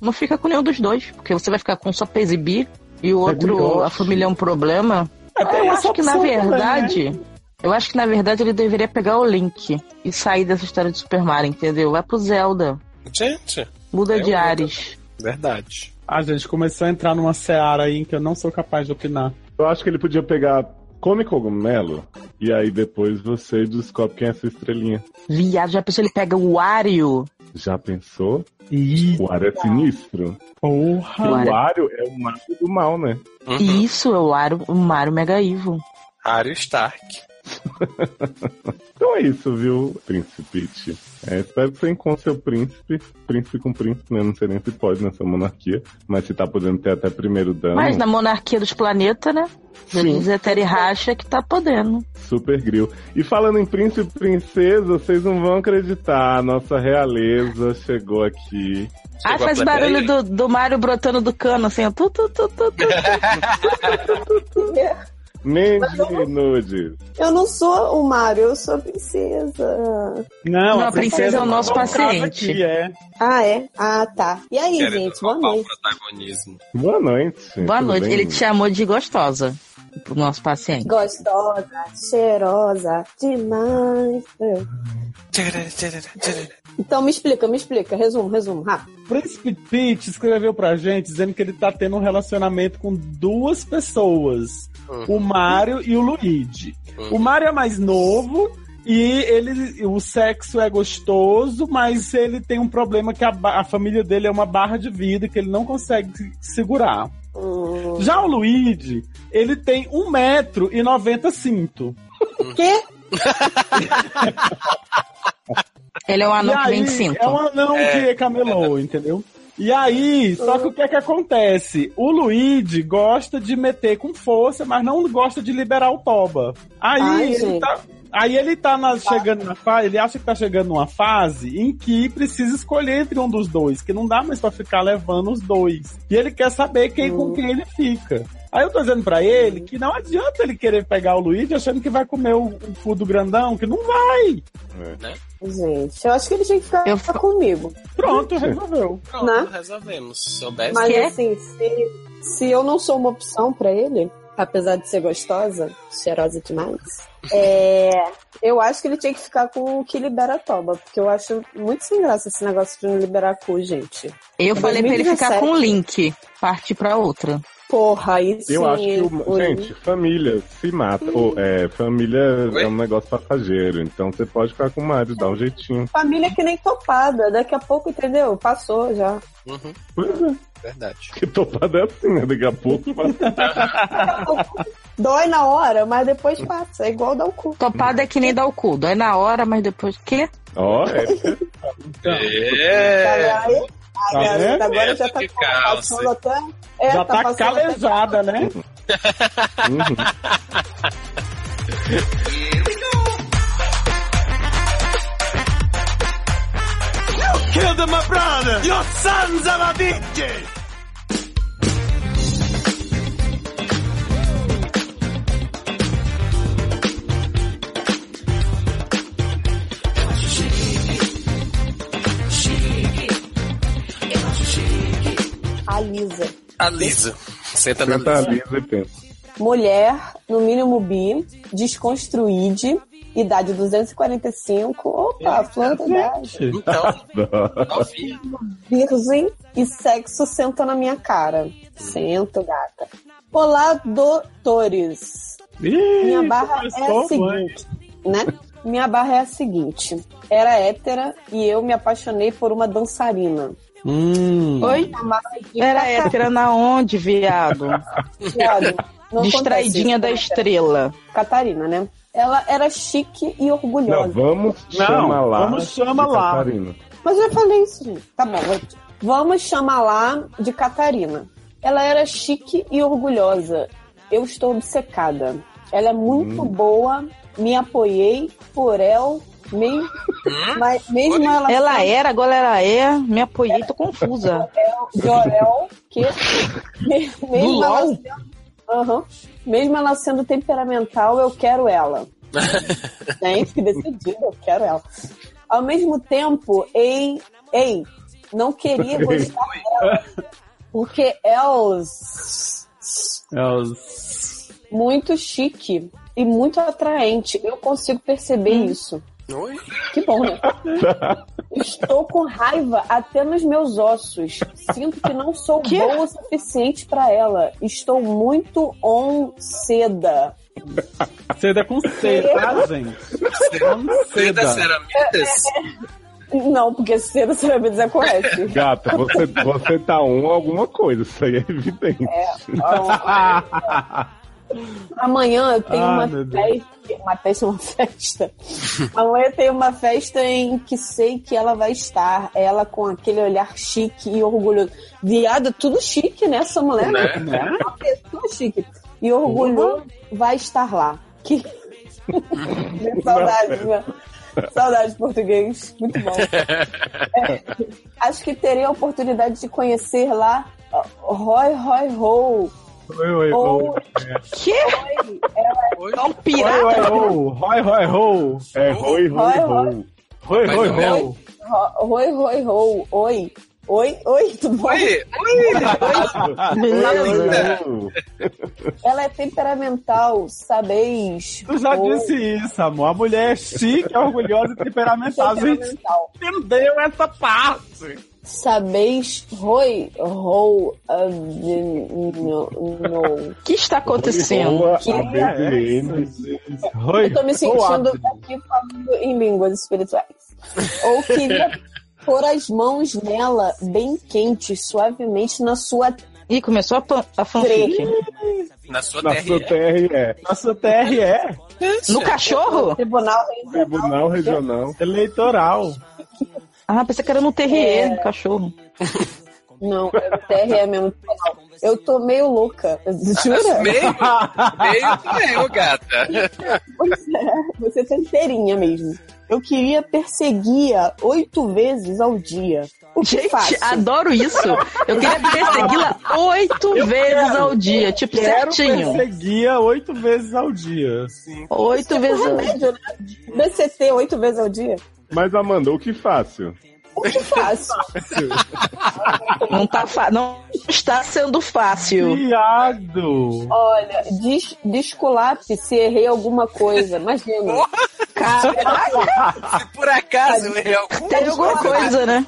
Speaker 5: Não fica com nenhum dos dois, porque você vai ficar com só pra exibir e o outro,
Speaker 6: curioso.
Speaker 5: a família é um problema.
Speaker 6: É, tem
Speaker 5: eu
Speaker 6: essa
Speaker 5: acho que na
Speaker 6: opção também,
Speaker 5: verdade.
Speaker 6: né?
Speaker 5: Eu acho que na verdade ele deveria pegar o Link e sair dessa história de Super Mario, entendeu? Vai pro Zelda.
Speaker 4: Gente,
Speaker 5: Muda
Speaker 4: É
Speaker 5: de
Speaker 4: um
Speaker 5: Ares.
Speaker 4: verdade.
Speaker 6: A Ah, gente começou a entrar numa seara aí em que eu não sou capaz de opinar.
Speaker 3: Eu acho que ele podia pegar Come Cogumelo e aí depois você descobre quem é essa estrelinha.
Speaker 5: Viado, já pensou ele pega o Wario?
Speaker 3: Já pensou?
Speaker 6: Ih,
Speaker 3: O Ario é sinistro.
Speaker 6: porra!
Speaker 5: Ué.
Speaker 3: O Ario é o mago do mal, né?
Speaker 4: Uhum.
Speaker 5: E Isso é o Wario, o Mario Mega Evil.
Speaker 4: Arya Stark.
Speaker 3: Então é isso, viu, príncipe? It? É, espero que você encontre seu príncipe. Príncipe com príncipe, né? Não sei nem se pode nessa monarquia. Mas se tá podendo ter até primeiro dano.
Speaker 5: Mas na monarquia dos planetas, né?
Speaker 3: É. Sim.
Speaker 5: Zeteri Racha que tá podendo.
Speaker 3: Super grill. E falando em príncipe e princesa, vocês não vão acreditar. A nossa realeza chegou aqui.
Speaker 5: Ah,
Speaker 4: Chegou a
Speaker 5: faz
Speaker 4: plateia.
Speaker 5: barulho do, do Mario brotando do cano, assim, ó. Tu, tu, tu, tu, tu.
Speaker 3: Mandy Nudes.
Speaker 7: [laughs] Eu não sou o Mario, eu sou a princesa.
Speaker 6: Não,
Speaker 5: Não, a princesa é o nosso
Speaker 6: não tava
Speaker 5: paciente.
Speaker 6: aqui, é.
Speaker 7: Ah, é? Ah, tá. E aí, gente? Boa
Speaker 4: roubar o
Speaker 7: noite.
Speaker 4: um protagonismo.
Speaker 3: Boa noite.
Speaker 5: Boa
Speaker 3: tudo
Speaker 5: noite.
Speaker 3: bem?
Speaker 5: Ele te chamou de gostosa. Pro nosso paciente.
Speaker 7: Gostosa, cheirosa, demais. É.
Speaker 4: Tcharam, tcharam, tcharam.
Speaker 7: Então me explica, me explica. Resumo, resumo, rápido.
Speaker 6: Príncipe Pete escreveu pra gente dizendo que ele tá tendo um relacionamento com duas pessoas:
Speaker 4: Uhum.
Speaker 6: o Mario e o Luigi. O Mario é mais novo e ele o sexo é gostoso, mas ele tem um problema que a, ba- a família dele é uma barra de vida que ele não consegue se- segurar.
Speaker 7: Hum.
Speaker 6: Já o Luigi, ele tem 1,95m.
Speaker 7: Quê?
Speaker 5: Ele
Speaker 7: Ah,
Speaker 5: é um
Speaker 6: E
Speaker 5: anão que
Speaker 6: aí,
Speaker 5: vem de cinto.
Speaker 6: É um anão que é camelô, entendeu? E aí, só que o que é que acontece? O Luigi gosta de meter com força, mas não gosta de liberar o toba. Aí
Speaker 7: Ai,
Speaker 6: ele
Speaker 7: gente.
Speaker 6: tá. Aí ele tá na- chegando na fase, ele acha que tá chegando numa fase em que precisa escolher entre um
Speaker 7: Hum.
Speaker 6: dos dois, que não dá mais pra ficar levando os dois. E ele quer saber quem com quem ele fica. Aí eu tô dizendo pra ele que não adianta ele querer pegar o Luigi achando que vai comer o, o cu do grandão, que não vai.
Speaker 7: Gente, eu acho que ele tinha que ficar
Speaker 5: Eu-
Speaker 7: comigo.
Speaker 6: Pronto, resolveu.
Speaker 4: Pronto,
Speaker 7: Né?
Speaker 4: resolvemos. Soubesse.
Speaker 7: Mas
Speaker 5: Quer?
Speaker 7: assim, se, se eu não sou uma opção pra ele, apesar de ser gostosa, cheirosa demais, é, eu acho que ele tinha que ficar com o que libera a toba, porque eu acho muito sem graça esse negócio de não liberar cu, gente.
Speaker 5: Eu falei pra ele ficar com o link. Parte pra outra.
Speaker 7: Porra, aí sim.
Speaker 3: Eu acho
Speaker 5: assim,
Speaker 3: que,
Speaker 7: ele-
Speaker 3: o- gente, família se mata. Ou, é, família
Speaker 4: Oi?
Speaker 3: é um negócio passageiro, então você pode ficar com o marido, dá um jeitinho. [laughs]
Speaker 7: Família que nem topada, daqui a pouco, entendeu? Passou já.
Speaker 4: Uhum,
Speaker 3: Pois é,
Speaker 4: verdade.
Speaker 3: que topada é assim, né? Daqui a pouco
Speaker 5: [laughs]
Speaker 3: passa.
Speaker 7: Dói na hora, mas depois passa. É igual dar o cu.
Speaker 5: Topada
Speaker 3: Hum.
Speaker 5: é que nem dar o cu. Dói na hora, mas depois. Quê?
Speaker 3: Ó, é,
Speaker 4: É.
Speaker 7: Aí, a
Speaker 6: Tá
Speaker 7: garota
Speaker 6: vendo?
Speaker 7: agora
Speaker 4: Essa
Speaker 7: já tá
Speaker 4: que
Speaker 7: com- passando até. É,
Speaker 6: Já tá,
Speaker 7: passando até-
Speaker 6: calejada, né?
Speaker 3: uhum.
Speaker 7: A Lisa.
Speaker 4: A Lisa. Senta na
Speaker 3: Senta a
Speaker 4: Lisa.
Speaker 3: Lisa e pensa.
Speaker 7: mulher, no mínimo bi, desconstruíde, idade 245,
Speaker 6: É,
Speaker 7: opa, flor da idade,
Speaker 6: Gente,
Speaker 4: Então,
Speaker 3: Dó.
Speaker 4: novinha.
Speaker 7: virgem e sexo senta na minha cara. Sento, gata. Olá, doutores.
Speaker 6: Ih,
Speaker 7: Minha barra é a
Speaker 6: começou, mãe.
Speaker 7: seguinte, né? Minha barra é a seguinte. Era hétera e eu me apaixonei por uma dançarina.
Speaker 5: Oi?
Speaker 7: Chamava de
Speaker 5: Era hétera na onde, viado?
Speaker 7: Catarina. Não acontece
Speaker 5: Distraidinha
Speaker 7: isso,
Speaker 5: da
Speaker 7: né?
Speaker 5: estrela.
Speaker 7: Catarina, né? Ela era chique e orgulhosa.
Speaker 3: Não, vamos
Speaker 6: Não,
Speaker 3: chama lá.
Speaker 6: vamos chama
Speaker 3: de
Speaker 6: lá.
Speaker 3: Catarina.
Speaker 7: Mas eu já falei isso, gente. Tá bom. vai. Vamos chamar lá de Catarina. Ela era chique e orgulhosa. Eu estou obcecada. Ela é muito
Speaker 3: Hum.
Speaker 7: boa. Me apoiei por ela. Meio,
Speaker 4: Hum?
Speaker 7: mas mesmo ela,
Speaker 5: Ela era, agora ela é. Me apoiei, tô confusa.
Speaker 7: Jorel, que me- é um mesmo,
Speaker 5: Do
Speaker 7: ela
Speaker 5: LOL?
Speaker 7: sendo, Aham. mesmo ela sendo temperamental, eu quero ela. Gente, que decidida, eu quero ela. Ao mesmo tempo, ei, ei, não queria gostar dela. Porque elas
Speaker 6: É,
Speaker 7: muito chique e muito atraente. Eu consigo perceber isso.
Speaker 4: Oi?
Speaker 7: Que
Speaker 6: [laughs]
Speaker 7: bom, né? Estou com raiva até nos meus ossos. Sinto que não sou
Speaker 5: Quê?
Speaker 7: boa o suficiente para ela. Estou muito on seda.
Speaker 6: Seda é com C, tá, gente? Com
Speaker 4: Seda
Speaker 6: Seda.
Speaker 4: Ceramidas?
Speaker 7: Não, porque seda será me dizer correto.
Speaker 3: Gata, você, você tá um alguma coisa, isso aí é evidente.
Speaker 7: Então,
Speaker 6: [laughs]
Speaker 7: Amanhã eu tenho
Speaker 6: Ah,
Speaker 7: uma
Speaker 6: meu Deus.
Speaker 7: festa. Uma festa, uma festa. Amanhã eu tenho uma festa em que sei que ela vai estar. Ela com aquele olhar chique e orgulhoso. Viado, tudo chique, né? Essa mulher.
Speaker 4: Né?
Speaker 6: Né?
Speaker 7: Uma pessoa chique. E orgulhoso vai estar lá.
Speaker 6: [laughs]
Speaker 7: Que... Saudade, né? Saudade português. Muito bom. É. Acho que terei a oportunidade de conhecer lá ó, Roy Roy Ho.
Speaker 6: Oi, oi,
Speaker 7: Ou
Speaker 6: oi.
Speaker 5: Que?
Speaker 4: Oi?
Speaker 5: É um
Speaker 6: Oi,
Speaker 5: pirata?
Speaker 6: oi, oi. Roi, roi, roi.
Speaker 3: É roi, roi, roi.
Speaker 6: Roi,
Speaker 4: Mas
Speaker 6: roi,
Speaker 4: não é?
Speaker 6: roi.
Speaker 7: Ro- Roy Roy Ho. Oi. Oi, oi, tudo bom?
Speaker 4: Oi?
Speaker 3: Roi, roi.
Speaker 7: Ela é temperamental, sabeis?
Speaker 6: Tu já
Speaker 7: Oi,
Speaker 6: disse isso, amor. A mulher é chique, orgulhosa e temperamental. gente
Speaker 7: temperamental.
Speaker 6: entendeu essa parte.
Speaker 7: Sabeis Roy Ho. ah, no, no.
Speaker 5: O que está acontecendo?
Speaker 3: Boa,
Speaker 7: Tá assim, Que é
Speaker 3: a BDN.
Speaker 6: Oi,
Speaker 7: Eu tô me sentindo aqui falando em línguas espirituais. Ou queria pôr as mãos nela bem quentes, suavemente na sua
Speaker 5: Ih, começou a, pan- a fanfic.
Speaker 4: Na sua
Speaker 3: Na
Speaker 4: terra.
Speaker 3: sua TRE,
Speaker 6: Nossa TRE
Speaker 5: No cachorro?
Speaker 7: tribunal.
Speaker 3: Tribunal Regional.
Speaker 6: eleitoral.
Speaker 5: Ah, pensei que era no TRE,
Speaker 7: É.
Speaker 5: no cachorro.
Speaker 7: Não, é do TRE mesmo. tribunal. Eu tô meio louca. Jura? [laughs]
Speaker 4: Meio, meio tu é, ô gata.
Speaker 7: Pois é, você tá inteirinha mesmo. Eu queria perseguia oito vezes ao dia. O que
Speaker 5: Gente,
Speaker 7: faço?
Speaker 5: adoro isso. Eu queria persegui-la oito vezes ao dia, tipo,
Speaker 6: Quero
Speaker 5: certinho.
Speaker 6: perseguia oito vezes ao dia.
Speaker 5: Oito
Speaker 7: É
Speaker 5: vezes ao dia.
Speaker 7: remédio, né? BCT oito vezes ao dia.
Speaker 3: Mas, Amanda, o que fácil?
Speaker 7: O que faço?
Speaker 5: Não, tá fa- não está sendo fácil.
Speaker 6: Viado!
Speaker 7: Olha, des desculape se errei alguma coisa. Imagina.
Speaker 5: Caraca,
Speaker 4: Se por acaso eu errei algum.
Speaker 5: teve alguma coisa, né?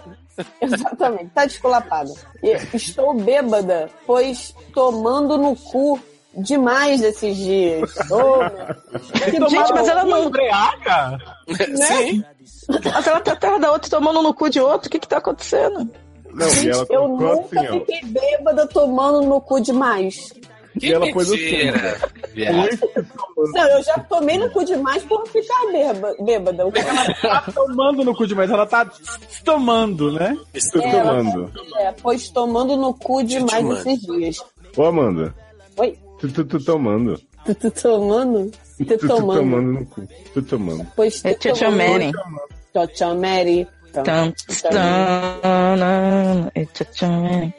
Speaker 7: Exatamente, tá descolapada. E Estou bêbada, pois tomando no cu demais esses dias. Ô, meu-
Speaker 5: Gente, mas ela não.
Speaker 7: né?
Speaker 6: Embriaga?
Speaker 4: Sim.
Speaker 5: Mas ela tá atrás da outra e tomando no cu de outro. O que que tá acontecendo?
Speaker 3: Não, e ela
Speaker 7: Gente, eu
Speaker 3: colocou
Speaker 7: nunca
Speaker 3: assim, ó.
Speaker 7: fiquei bêbada tomando no cu demais.
Speaker 4: Que
Speaker 3: E ela pôs o
Speaker 4: mentira. Viado.
Speaker 7: Não, eu já tomei no cu demais por ficar bêba- bêbada. O cara
Speaker 6: Tá tomando no cu demais, ela tá tomando, né?
Speaker 3: Tô tomando.
Speaker 7: é, pois tomando no cu demais
Speaker 4: mano.
Speaker 7: esses dias.
Speaker 3: Ô, Amanda,
Speaker 7: Oi,
Speaker 3: tu, tu, tu tomando.
Speaker 7: tu, tu tomando? Tu,
Speaker 3: Tu, tu
Speaker 7: tomando?
Speaker 3: tomando no cu. Tu
Speaker 6: [laughs]
Speaker 3: tomando.
Speaker 7: Pois tu
Speaker 5: É Tio Tio Mary. Então.
Speaker 7: Tchau, tchau, Mary. Tchau,
Speaker 5: Tan,
Speaker 7: tchau,
Speaker 5: tan, tan, é tchan, tchan.
Speaker 7: Mary.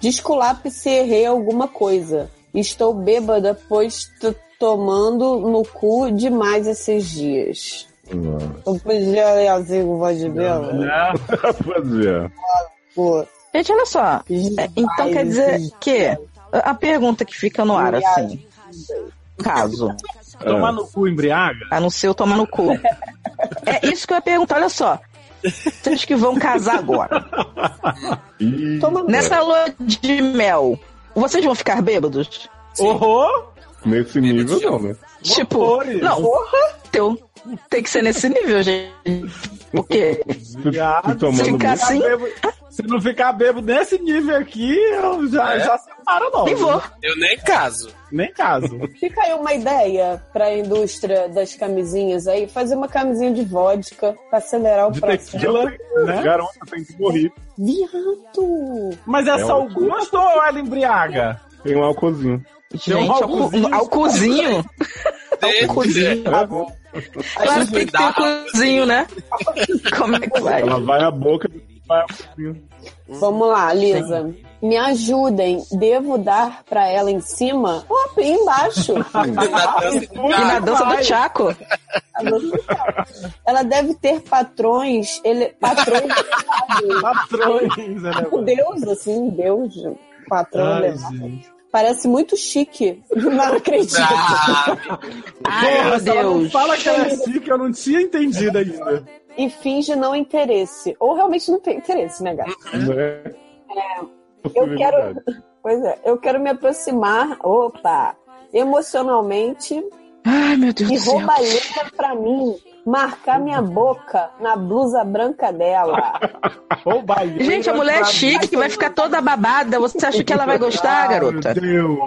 Speaker 7: Desculape se errei alguma coisa. Estou bêbada, pois tô tomando no cu demais esses dias.
Speaker 3: Não.
Speaker 7: Eu podia ler assim com voz de bêbada?
Speaker 6: é.
Speaker 3: Rapaziada.
Speaker 7: Pô,
Speaker 5: Gente, olha só. É, Então quer dizer que a a pergunta que fica no ar, assim. Caso.
Speaker 3: Ah, É.
Speaker 6: Tomar no cu embriaga?
Speaker 5: A não ser eu tomar no cu. É isso que eu ia perguntar, olha só. Vocês que vão casar agora.
Speaker 3: Ih,
Speaker 7: Toma
Speaker 5: Nessa lua de mel, vocês vão ficar bêbados?
Speaker 6: Horror?
Speaker 3: nesse nível não, né?
Speaker 5: Tipo,
Speaker 6: Horrores.
Speaker 5: não, teu, tem que ser nesse nível, gente. Porque
Speaker 3: Tu,
Speaker 6: Viado.
Speaker 3: tu tomando
Speaker 5: Fica
Speaker 3: muito.
Speaker 5: assim?
Speaker 6: Bêbado- Se não ficar bêbado nesse nível aqui, eu já,
Speaker 4: É?
Speaker 6: já separo não.
Speaker 5: nem vou.
Speaker 4: Eu nem caso.
Speaker 6: Nem caso.
Speaker 5: [laughs]
Speaker 7: Fica aí uma ideia para a indústria das camisinhas aí, fazer uma camisinha de vodka para acelerar o
Speaker 6: De
Speaker 7: processo.
Speaker 6: tequila, né?
Speaker 3: Garota, tem que morrer.
Speaker 7: Viado!
Speaker 6: Mas é só o gosto ou é
Speaker 5: [laughs]
Speaker 6: ela embriaga?
Speaker 3: Tem um álcoolzinho.
Speaker 6: um
Speaker 5: Gente, ao, cu-
Speaker 6: álcoolzinho.
Speaker 5: ao cozinho. Ao cozinho.
Speaker 6: Tá
Speaker 3: É.
Speaker 5: Claro que tem que ter um cozinho, né? Como é que vai?
Speaker 3: Ela vai à boca, né? vai ao álcoolzinho.
Speaker 7: Vamos lá, Lisa. Me ajudem. Devo dar para ela em cima ou
Speaker 6: [laughs]
Speaker 7: embaixo?
Speaker 4: Tá
Speaker 5: E na dança do Chaco.
Speaker 7: Tá então. ela deve ter patrões, ele, patrões elevados.
Speaker 6: [laughs] Patrões,
Speaker 5: é,
Speaker 6: né?
Speaker 7: Um Deus, assim, um Deus, um patrão
Speaker 6: Ai,
Speaker 7: elevado.
Speaker 6: gente.
Speaker 7: Parece muito chique. [laughs] Não acredito.
Speaker 4: Ah,
Speaker 5: Ai,
Speaker 6: Porra,
Speaker 5: meu
Speaker 6: se ela não
Speaker 5: Deus.
Speaker 6: fala que ela é chique, eu não tinha entendido ainda.
Speaker 7: E finge não interesse. Ou realmente não tem interesse, né, gato?
Speaker 3: Né?
Speaker 7: Eu quero-
Speaker 3: Possibilidade.
Speaker 7: Pois é, eu quero me aproximar, opa, emocionalmente
Speaker 5: Ai, meu Deus
Speaker 7: e
Speaker 5: do céu. um
Speaker 7: roubalheira pra mim marcar minha boca na blusa
Speaker 5: [laughs]
Speaker 7: branca dela.
Speaker 6: Ou Bahia.
Speaker 5: Gente, a mulher é chique, vai ficar toda babada. Você acha que ela vai gostar, garota?
Speaker 6: Meu Deus.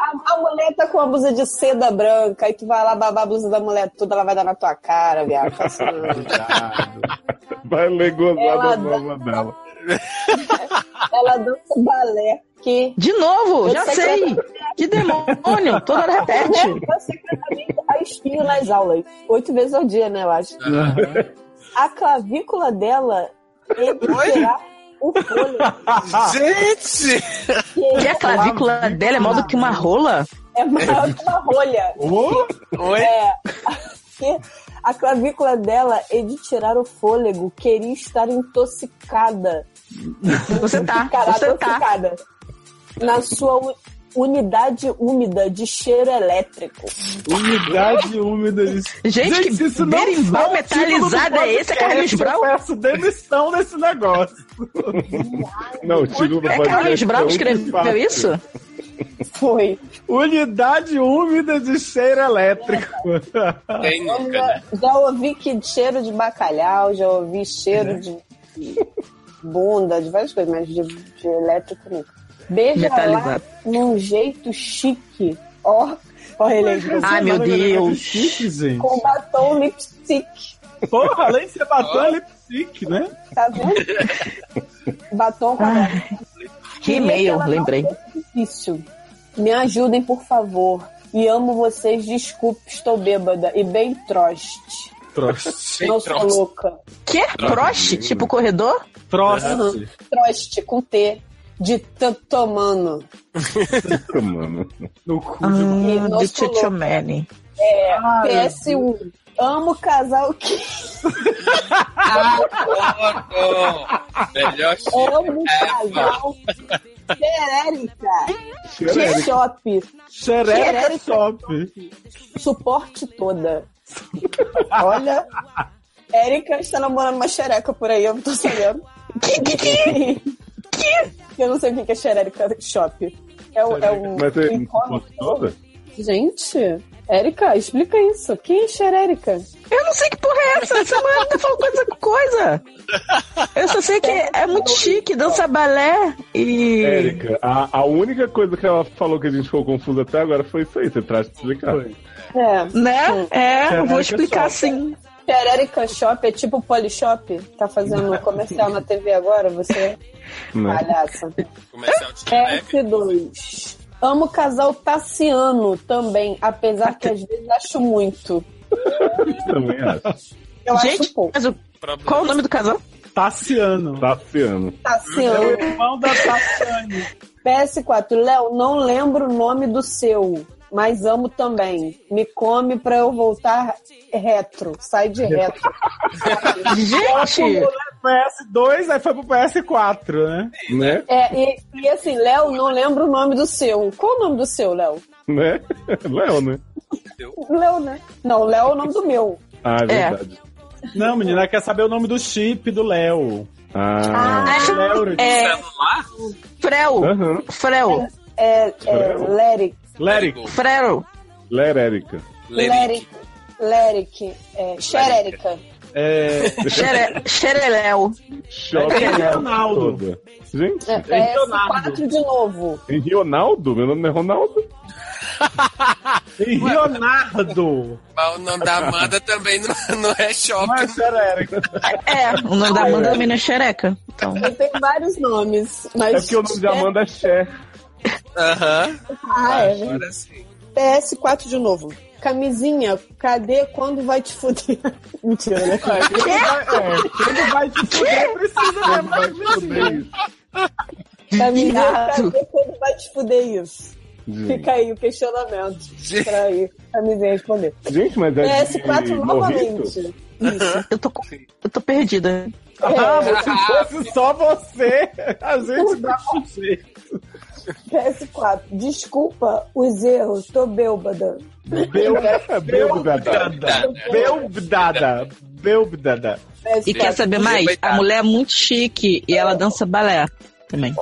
Speaker 7: A, a mulher tá com uma blusa de seda branca, aí tu vai lá babar a blusa da mulher toda, ela vai dar na tua cara,
Speaker 5: [laughs]
Speaker 7: viado. Assim,
Speaker 3: Vai ler
Speaker 7: Ela
Speaker 3: gozada nova dela.
Speaker 7: ela dança balé, que...
Speaker 5: De novo,
Speaker 7: Eu
Speaker 5: já
Speaker 7: sei que tá-
Speaker 5: sei. Que demônio, toda hora repete.
Speaker 7: [laughs] Eu secretamente a espinho nas aulas. Oito vezes ao dia, né, eu acho. A clavícula dela terá o fôlego.
Speaker 4: Ah, gente!
Speaker 5: E a clavícula dela é maior do que uma rola?
Speaker 7: É maior que uma rolha.
Speaker 6: Ô,
Speaker 4: Oi?
Speaker 7: É. [laughs] Que a clavícula dela é de tirar o fôlego, queria estar intoxicada.
Speaker 5: Você tá,
Speaker 7: Cara,
Speaker 5: você tá.
Speaker 7: intoxicada. Na sua u- unidade úmida de cheiro elétrico.
Speaker 6: Umidade úmida.
Speaker 5: Gente, é que berimbau
Speaker 6: for o título tipo do
Speaker 5: metalizado é esse, é Carlinhos
Speaker 6: podcast,
Speaker 5: Brau?
Speaker 6: Eu peço demissão desse negócio.
Speaker 3: Não, o título do
Speaker 5: É
Speaker 3: podcast
Speaker 5: Carlos Brau
Speaker 3: um
Speaker 5: que escreveu
Speaker 3: fácil.
Speaker 5: isso?
Speaker 7: Foi.
Speaker 6: Unidade úmida de cheiro
Speaker 5: [laughs]
Speaker 6: elétrico.
Speaker 4: Quem nunca, né?
Speaker 7: Já, já ouvi que cheiro de bacalhau, já ouvi cheiro de bunda, de várias coisas, mas de, de elétrico nunca. Beija lá
Speaker 5: Metalizado.
Speaker 7: num jeito chique. Ó, ó, ele é grosso.
Speaker 5: Ai,
Speaker 6: tá
Speaker 5: meu Deus.
Speaker 6: Chique, gente.
Speaker 7: com batom lipstick.
Speaker 6: Porra, além de ser batom, é lipstick, né?
Speaker 7: Tá vendo? [laughs] Batom com a
Speaker 5: Ah, E-mail, lembrei.
Speaker 7: difícil. Me ajudem, por favor. E amo vocês, desculpe, estou bêbada e bem troste.
Speaker 6: Trouxe.
Speaker 4: Bem
Speaker 7: Não sou
Speaker 4: troste.
Speaker 7: louca.
Speaker 5: Que? Proche? Tipo corredor?
Speaker 6: Trost.
Speaker 7: Troste com T de Tantomano.
Speaker 3: mano.
Speaker 6: No cu.
Speaker 5: Hum, de
Speaker 7: Nosso
Speaker 5: Tchotchomene. É.
Speaker 7: PS1. Ah, Amo casal
Speaker 5: [laughs]
Speaker 7: que
Speaker 5: É,
Speaker 4: Melhor
Speaker 7: amo casal. Xerérica. G-Shop.
Speaker 6: Xereca
Speaker 7: Xereca.
Speaker 6: Shop.
Speaker 7: Suporte toda. Olha. Érica está namorando uma xereca por aí, eu não tô sabendo. Que? Que? Que? Eu não sei o que que é xereca shop. É o. É o
Speaker 3: Mas é
Speaker 7: e-commerce.
Speaker 3: toda?
Speaker 7: Gente, Érica, explica isso. Quem é xerérica?
Speaker 5: Eu não sei que porra é essa. Essa mulher tá falando coisa com coisa. Eu só
Speaker 7: [laughs]
Speaker 5: sei que é muito chique, dança balé e.
Speaker 3: Érica, a, a única coisa que ela falou que a gente ficou confuso até agora foi isso aí. Você traz pra explicar.
Speaker 7: É.
Speaker 5: Né? É, eu vou explicar
Speaker 6: só.
Speaker 5: sim.
Speaker 7: Xerérica Shop é tipo Polishop? Tá fazendo comercial na TV agora, você?
Speaker 3: Né?
Speaker 7: Palhaça.
Speaker 4: Comercial de Quebec.
Speaker 7: S2. Amo casal taciano também, apesar que às vezes acho muito.
Speaker 3: Também acho.
Speaker 7: Eu
Speaker 5: Gente,
Speaker 7: acho pouco.
Speaker 5: mas o- qual o nome do casal?
Speaker 6: Tassiano.
Speaker 3: tá Tassiano.
Speaker 6: É o
Speaker 7: Taciano.
Speaker 6: irmão da Tassiane.
Speaker 7: PS4. Léo, não lembro o nome do seu, mas amo também. Me come pra eu voltar retro. Sai de retro.
Speaker 5: Gente!
Speaker 6: PS2, aí foi pro PS4, né?
Speaker 3: Né?
Speaker 7: É, e, e assim, Léo, não lembro o nome do seu. Qual o nome do seu, Léo?
Speaker 3: Né? [laughs] Léo, né?
Speaker 7: Léo, né? Não, Léo é o nome do meu.
Speaker 3: Ah, é
Speaker 5: É.
Speaker 3: verdade.
Speaker 6: Não, menina, ela quer saber o nome do chip do Léo.
Speaker 3: Ah.
Speaker 6: Léo.
Speaker 5: É,
Speaker 4: Celular?
Speaker 5: Frel,
Speaker 3: Aham.
Speaker 5: Frel,
Speaker 7: É, é
Speaker 3: Léo.
Speaker 7: Leric.
Speaker 6: Lérico.
Speaker 5: Frel.
Speaker 3: Ler Érica.
Speaker 4: Leric.
Speaker 7: Leric. Leric. É, Xerérica.
Speaker 3: [laughs]
Speaker 6: É.
Speaker 5: Xere- Xereléu.
Speaker 3: Shopping.
Speaker 6: É Ronaldo.
Speaker 3: toda. Gente,
Speaker 7: É, PS4 de novo.
Speaker 3: em Ronaldo? Meu nome é Ronaldo?
Speaker 6: E Leonardo.
Speaker 4: Mas o nome da Amanda também não, não é shopping.
Speaker 6: Mas era Érica.
Speaker 5: É, o nome da Amanda também não é xereca. Então.
Speaker 7: Eu tenho vários nomes, mas.
Speaker 3: É porque o nome de Amanda é Cher.
Speaker 4: Aham.
Speaker 7: Ah, é. né?
Speaker 4: Agora sim.
Speaker 7: PS4 de novo. Camisinha, cadê quando vai te fuder? [laughs] Mentira, né?
Speaker 6: Quem vai- é, Quem vai te fuder precisa lembrar disso.
Speaker 7: Camisinha,
Speaker 5: Viado.
Speaker 7: cadê quando vai te fuder isso?
Speaker 3: Gente,
Speaker 7: Fica aí o questionamento. Pra aí, Camisinha responder.
Speaker 3: Gente, mas é de
Speaker 7: PS4 novamente.
Speaker 3: Morrito?
Speaker 7: Isso.
Speaker 5: Eu tô, com- eu tô perdida.
Speaker 6: Ah, se fosse só você, a gente dá um jeito.
Speaker 7: PS4, desculpa os erros, tô bêbada.
Speaker 3: Belgradada.
Speaker 6: Belbdada. Belbdada.
Speaker 7: PS4,
Speaker 5: E quer saber mais? A mulher é muito chique e ela dança balé também.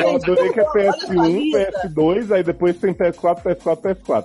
Speaker 3: Eu adorei que é PS1,
Speaker 7: Olha
Speaker 3: PS2, aí depois tem PS4, PS4, PS4.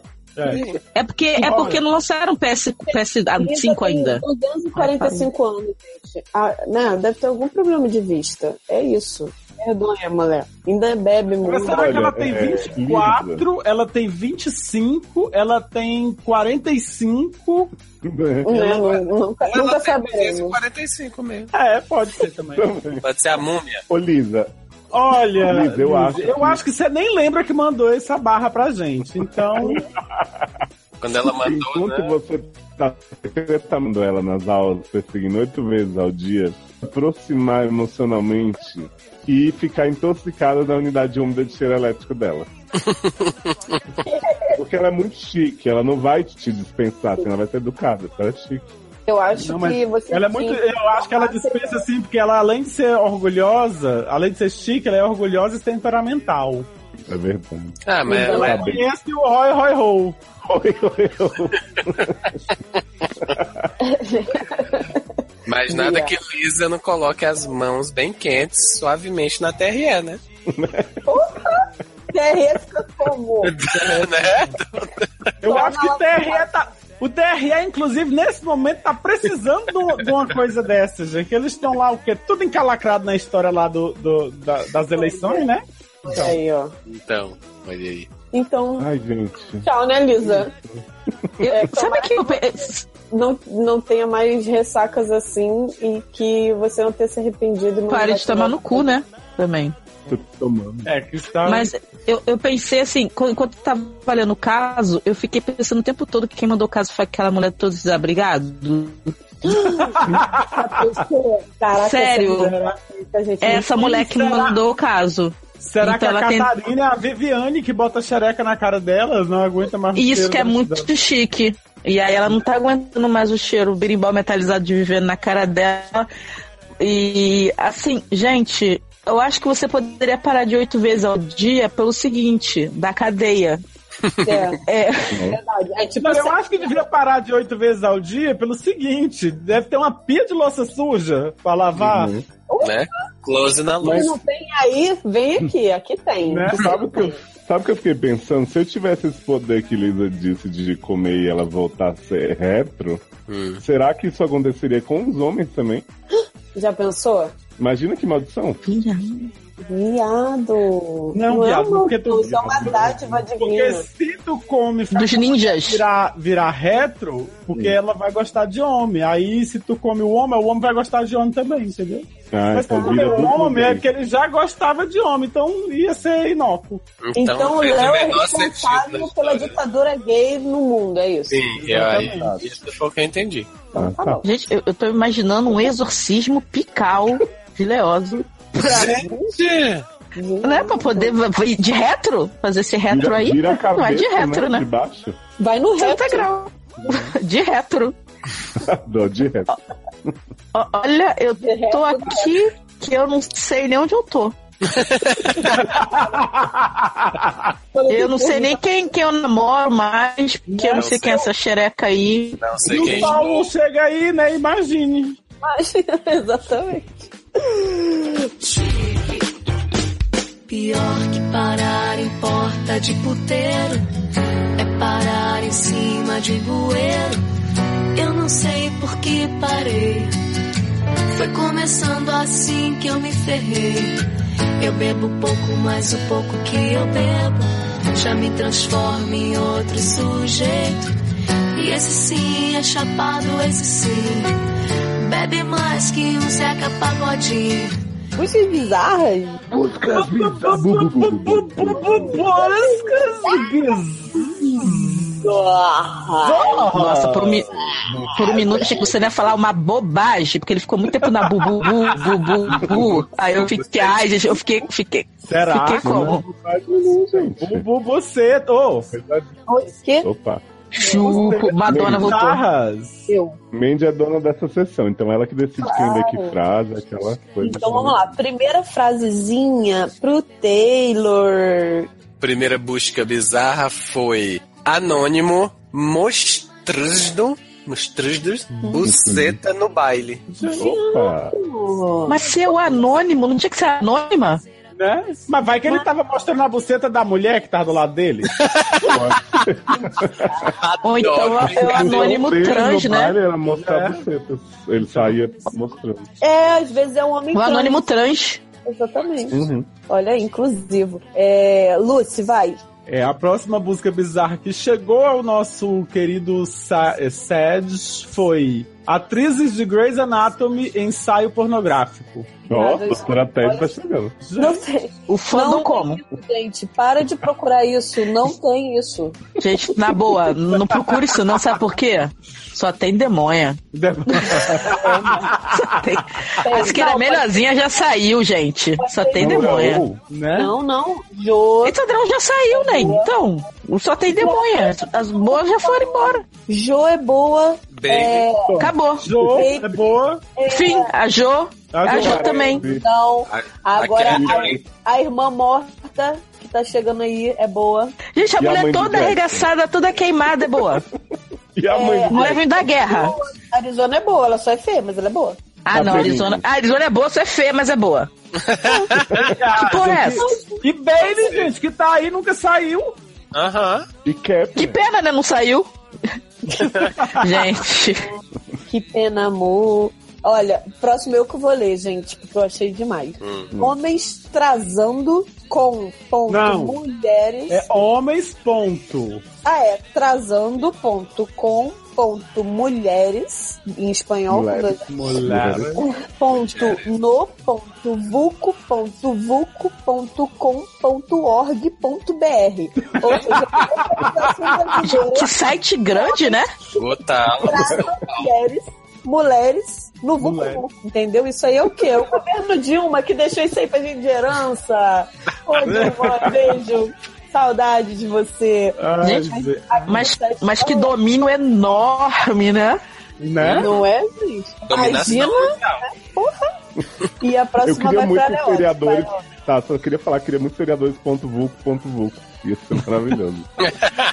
Speaker 5: É porque, é porque não lançaram PS, PS5 é ainda.
Speaker 7: 245 anos, gente. Ah, né, deve ter algum problema de vista. É isso. Perdoe, mulher. Ainda bebe
Speaker 6: Mas
Speaker 7: muito.
Speaker 6: será que ela
Speaker 3: Olha,
Speaker 6: tem
Speaker 3: é,
Speaker 6: 24, é, ela tem 25, ela tem 45.
Speaker 7: Né, nu- nunca
Speaker 4: Ou
Speaker 7: nunca
Speaker 4: ela tem
Speaker 7: saberemos.
Speaker 4: 245 mesmo.
Speaker 6: É, pode ser também.
Speaker 4: Pode ser a múmia.
Speaker 3: [laughs] Ô, Lisa,
Speaker 6: Olha,
Speaker 3: Liz, eu acho
Speaker 6: eu
Speaker 3: que-
Speaker 6: acho que você nem lembra que mandou essa barra pra gente. [laughs] Então,
Speaker 4: Quando ela mandou,
Speaker 3: enquanto
Speaker 4: né?
Speaker 3: você tá tratando ela nas aulas, perseguindo oito vezes ao dia, aproximar emocionalmente e ficar intoxicada da unidade úmida de cheiro elétrico dela. Porque ela é muito chique, ela não vai te dispensar, assim, ela vai ser educada, ela é chique.
Speaker 7: Eu acho
Speaker 6: Não, mas
Speaker 7: que você.
Speaker 6: ela é muito. [laughs]
Speaker 7: tinha-
Speaker 6: Eu acho que ela dispensa assim, porque ela, além de ser orgulhosa, além de ser chique, ela é orgulhosa e temperamental.
Speaker 3: É verdade.
Speaker 4: Ah, mas ela é.
Speaker 3: Tá bem.
Speaker 6: Conhece o Roy Roy Ho.
Speaker 3: Oi, oi, oi.
Speaker 4: Mas
Speaker 7: é.
Speaker 4: nada que Lisa não coloque as mãos bem quentes, suavemente na TRE,
Speaker 7: [laughs]
Speaker 4: né?
Speaker 7: Terresca como?
Speaker 6: Então.
Speaker 4: né?
Speaker 6: Eu acho que o TRE tá. O TRE, inclusive, nesse momento, tá precisando do- de uma coisa dessa, gente. Que eles estão lá, o quê? Tudo encalacrado na história lá do, do- da- das
Speaker 5: é.
Speaker 6: eleições, né?
Speaker 7: Olha Aí, ó.
Speaker 4: Então, olha aí.
Speaker 7: Então,
Speaker 3: Ai, gente.
Speaker 7: tchau, né, Lisa?
Speaker 5: Eu-
Speaker 7: É,
Speaker 5: sabe
Speaker 7: tomara
Speaker 5: que eu, pe-
Speaker 7: Não, não tenha mais ressacas assim e que você não tenha se arrependido. e não
Speaker 5: pare
Speaker 7: vai
Speaker 5: de tomar no cu, né? Também.
Speaker 3: Tô tomando.
Speaker 6: É, que está.
Speaker 5: Mas eu, eu pensei assim, quando- enquanto eu tava olhando o caso, eu fiquei pensando o tempo todo que quem mandou o caso foi aquela mulher todos desabrigados.
Speaker 7: Caraca,
Speaker 5: Sério?
Speaker 7: essa mulher- é gente,
Speaker 5: Essa mulher que
Speaker 6: será?
Speaker 5: mandou o caso.
Speaker 6: Será
Speaker 5: Então
Speaker 6: que a
Speaker 5: ela tem-
Speaker 6: Catarina é a Viviane que bota a xereca na cara delas? Não aguenta mais o
Speaker 5: E isso
Speaker 6: cheiro
Speaker 5: que é
Speaker 6: da-
Speaker 5: muito chique. E aí ela não tá aguentando mais o cheiro, o birimbau metalizado de viver na cara dela. E assim, gente, eu acho que você poderia parar de oito vezes ao dia pelo seguinte, da cadeia.
Speaker 7: É,
Speaker 5: É,
Speaker 7: verdade. É tipo
Speaker 6: Não, Então, eu
Speaker 7: assim,
Speaker 6: acho que devia parar de oito vezes ao dia pelo seguinte: deve ter uma pia de louça suja pra lavar.
Speaker 3: Uhum.
Speaker 4: né? Close na luz.
Speaker 7: se não tem aí, vem aqui. Aqui tem.
Speaker 6: Né?
Speaker 3: Sabe o que eu, sabe o que eu fiquei pensando? Se eu tivesse esse poder que Lisa disse de comer e ela voltar a ser retro,
Speaker 4: Hum.
Speaker 3: será que isso aconteceria com os homens também?
Speaker 7: Já pensou?
Speaker 3: Imagina que maldição.
Speaker 7: Viado.
Speaker 6: Não, viado,
Speaker 7: é uma
Speaker 6: porque tu-
Speaker 7: maldição, É uma dádiva
Speaker 6: Porque
Speaker 7: divina.
Speaker 6: se tu come
Speaker 5: dos ninjas.
Speaker 6: virar, virar retro, porque ela vai gostar de homem. Aí se tu come o homem, o homem vai gostar de homem também, entendeu?
Speaker 3: Ah,
Speaker 6: Mas se
Speaker 3: essa
Speaker 6: tu
Speaker 3: vida
Speaker 6: comer o
Speaker 3: do
Speaker 6: homem, é
Speaker 3: poder.
Speaker 6: porque ele já gostava de homem, então ia ser inócuo.
Speaker 7: Então, o
Speaker 4: fez
Speaker 7: Léo é
Speaker 4: menor sentido na
Speaker 7: responsável pela
Speaker 4: história.
Speaker 7: ditadura gay no mundo, é isso?
Speaker 4: Sim, eu,
Speaker 6: Exatamente.
Speaker 4: aí, isso foi o que eu entendi.
Speaker 7: Então tá
Speaker 3: Ah, tá.
Speaker 7: bom.
Speaker 5: Gente, eu, eu tô imaginando um exorcismo pical vileoso.
Speaker 4: Gente!
Speaker 5: Né? Pra poder v- ir de retro? Fazer esse retro
Speaker 3: Vira-
Speaker 5: aí?
Speaker 3: vira a
Speaker 5: Não é de
Speaker 3: cabeça,
Speaker 5: retro, né?
Speaker 3: De baixo? [laughs]
Speaker 7: Vai no reto.
Speaker 5: 30 graus. [laughs] De retro.
Speaker 3: Não, de retro.
Speaker 5: O- Olha, eu
Speaker 7: De reto,
Speaker 5: tô aqui que eu não sei nem onde eu tô. Eu não sei nem quem, quem eu namoro mais, porque eu não
Speaker 4: Não
Speaker 5: sei quem é
Speaker 4: sei.
Speaker 5: essa xereca aí.
Speaker 4: Não sei
Speaker 6: E o
Speaker 4: quem.
Speaker 6: Paulo chega aí, né? Imagine.
Speaker 7: Mas, [laughs] exatamente.
Speaker 2: Pior que parar em porta de puteiro é parar em cima de bueiro. Eu não sei por que parei. Foi começando assim que eu me ferrei. Eu bebo pouco, mas o pouco que eu bebo já me transforma em outro sujeito. E esse sim é chapado, esse sim bebe mais que um Zeca Pagodinho.
Speaker 7: Puxa, bizarras.
Speaker 3: Músicas
Speaker 5: Nossa, por um, mi- por um minuto achei que você não ia falar uma bobagem, porque ele ficou muito tempo na bubu, bubu, bubu. Aí eu fiquei, ai, gente, eu fiquei, fiquei,
Speaker 6: Será?
Speaker 5: fiquei é como?
Speaker 6: O Bubu Cedo. Ô,
Speaker 7: Que?
Speaker 3: Opa.
Speaker 5: Chupo, Madonna voltou.
Speaker 6: Sarras.
Speaker 7: Eu.
Speaker 3: Mandy é dona dessa sessão, então ela que decide quem lê que frase, aquela coisa. assim.
Speaker 7: Então vamos lá. Primeira frasezinha pro Taylor.
Speaker 4: Primeira busca bizarra foi anônimo mostrando mostrando buceta no baile.
Speaker 3: Opa!
Speaker 5: Mas se eu anônimo, não tinha que ser anônima?
Speaker 6: Né? Mas vai que ele tava mostrando a buceta da mulher que tava do lado dele.
Speaker 5: Ou então
Speaker 4: Adoro.
Speaker 5: é o anônimo
Speaker 3: Ele
Speaker 5: trans,
Speaker 3: no
Speaker 5: né?
Speaker 3: baile Era mostrar
Speaker 6: É.
Speaker 3: bucetas. Ele saía mostrando.
Speaker 7: É, às vezes é um homem
Speaker 5: O
Speaker 7: trans.
Speaker 5: anônimo trans.
Speaker 7: Exatamente. Olha aí, inclusivo. É, Lucy, vai.
Speaker 6: É, a próxima busca bizarra que chegou ao nosso querido Sa- eh, Sage foi Atrizes de Grey's Anatomy ensaio pornográfico.
Speaker 3: Ó,
Speaker 7: Nada,
Speaker 3: doutora Ted
Speaker 7: olha
Speaker 3: tá
Speaker 7: só.
Speaker 3: chegando.
Speaker 7: Não sei.
Speaker 5: O fã
Speaker 7: Não
Speaker 5: do como?
Speaker 7: tem isso, gente. Para de procurar isso. Não tem isso.
Speaker 5: Gente, na boa, não procure isso não, sabe por quê? Só tem demônia. [laughs] Só tem... As que era
Speaker 7: Não,
Speaker 5: melhorzinha já saiu, gente. Só tem demônia.
Speaker 6: Ou,
Speaker 4: É?
Speaker 6: né?
Speaker 7: Não, não. Jo,
Speaker 5: Esse ladrão já saiu, né? Então, só tem demônia. As boas já foram embora.
Speaker 7: jo é boa. É.
Speaker 4: Baby,
Speaker 5: Acabou.
Speaker 6: Jo é boa.
Speaker 5: Fim, a Jo. A Jo também.
Speaker 7: Não.
Speaker 4: A-
Speaker 7: Agora
Speaker 4: aquele
Speaker 7: a,
Speaker 4: também.
Speaker 7: é a irmã morta que tá chegando aí é boa.
Speaker 5: Gente, a
Speaker 3: E a
Speaker 5: mulher
Speaker 3: mãe do
Speaker 5: toda
Speaker 3: Jack?
Speaker 5: arregaçada, toda queimada é boa.
Speaker 3: E a mãe
Speaker 5: A Mulher vem da
Speaker 3: Tá
Speaker 5: guerra.
Speaker 7: A Arizona é boa, ela só é feia, mas ela é boa.
Speaker 5: Ah, não, a Arizona. A Arizona é boa, só é feia, mas é boa. Que porra é essa?
Speaker 6: E Bailey, gente, que tá aí, nunca saiu.
Speaker 4: Aham.
Speaker 3: de Cap.
Speaker 5: Que pena, né?
Speaker 3: [laughs]
Speaker 5: Não saiu. gente,
Speaker 7: Que pena, amor. Olha, próximo eu que vou ler, gente, porque eu achei demais. Homens trazando com ponto
Speaker 6: Não.
Speaker 7: mulheres.
Speaker 6: É homens, ponto.
Speaker 7: Ah, é. Trazando ponto com ponto mulheres, em espanhol, com dois-
Speaker 6: Mulher.
Speaker 7: Um ponto no ponto vulco ponto vulco ponto com ponto org ponto br. Ou seja,
Speaker 3: [laughs]
Speaker 7: a Federação Brasileira
Speaker 5: que site grande, né?
Speaker 4: Total.
Speaker 7: Traça mulheres mulheres no
Speaker 6: Mulheres.
Speaker 7: Vucu, entendeu? Isso aí é o quê? O governo Dilma que deixou isso aí pra gente de herança.
Speaker 3: [laughs]
Speaker 7: Ô, Dilma, beijo. Saudade de você.
Speaker 6: Ai,
Speaker 5: Gente,
Speaker 6: gente,
Speaker 5: Mas,
Speaker 7: tá
Speaker 5: mas que domínio enorme, né?
Speaker 6: né?
Speaker 7: Não é, gente?
Speaker 4: Dominação mundial.
Speaker 7: E a
Speaker 3: Eu
Speaker 7: próxima é
Speaker 3: queria
Speaker 7: vai
Speaker 3: muito
Speaker 7: pra
Speaker 3: que vereadores.
Speaker 7: Leones.
Speaker 3: Tá, só queria falar, queria muito vereadores.vulco.vulco. Ia ser é maravilhoso.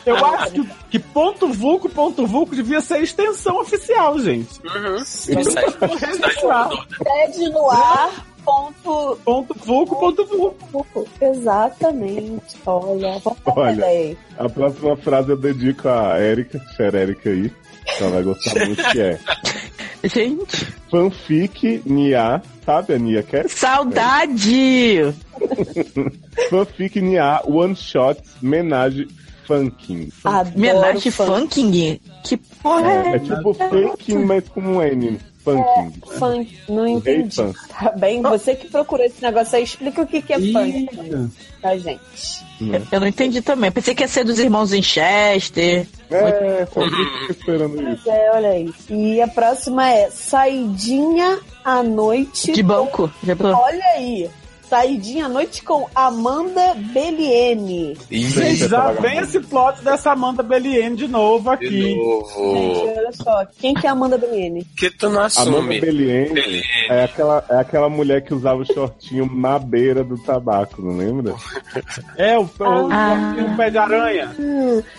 Speaker 6: Eu acho que, que ponto vulco, ponto vulco devia ser a extensão oficial, gente.
Speaker 4: Uhum. Sai- sai-
Speaker 7: Sede no ar, ponto...
Speaker 6: Ponto vulco, ponto vulco.
Speaker 7: Vucu. Exatamente. Olha, né, vamos pra
Speaker 3: Olha.
Speaker 7: Belém.
Speaker 3: A próxima frase eu dedico a Érica, xerérica aí. que Ela vai gostar muito, que é
Speaker 5: Gente,
Speaker 3: fanfic Nia, sabe a Nia Cat?
Speaker 5: saudade!
Speaker 3: Fanfic Nia, one shot, menage, funkin.
Speaker 7: Adoro
Speaker 5: Menage
Speaker 7: funk.
Speaker 5: funking? Que porra é?
Speaker 3: É tipo funkin, mas com um N. Funkin.
Speaker 7: Funk, não
Speaker 3: Rei
Speaker 7: entendi.
Speaker 3: funk.
Speaker 7: Tá bem, você que procurou esse negócio aí, explica o que, que é funk pra gente.
Speaker 6: É.
Speaker 5: Eu não entendi também. Pensei que ia ser dos irmãos Winchester.
Speaker 3: É, só fico esperando isso.
Speaker 7: Pois é, olha aí. E a próxima é saidinha à noite.
Speaker 5: De banco. Já pensou?
Speaker 7: Olha aí. Saidinha à noite com Amanda Belliene.
Speaker 4: Ih,
Speaker 6: Gente, já vem esse plot dessa Amanda Belliene de novo
Speaker 4: De
Speaker 6: aqui.
Speaker 4: novo.
Speaker 7: Gente, olha só. Quem que é Amanda Belliene?
Speaker 4: Que tu não
Speaker 3: Amanda
Speaker 4: assume.
Speaker 3: Belliene
Speaker 4: Beleza.
Speaker 3: é aquela, é aquela mulher que usava o shortinho na beira do tabaco, não lembra?
Speaker 6: É, o,
Speaker 7: Ah.
Speaker 6: o-
Speaker 5: Ah,
Speaker 6: o pé de aranha.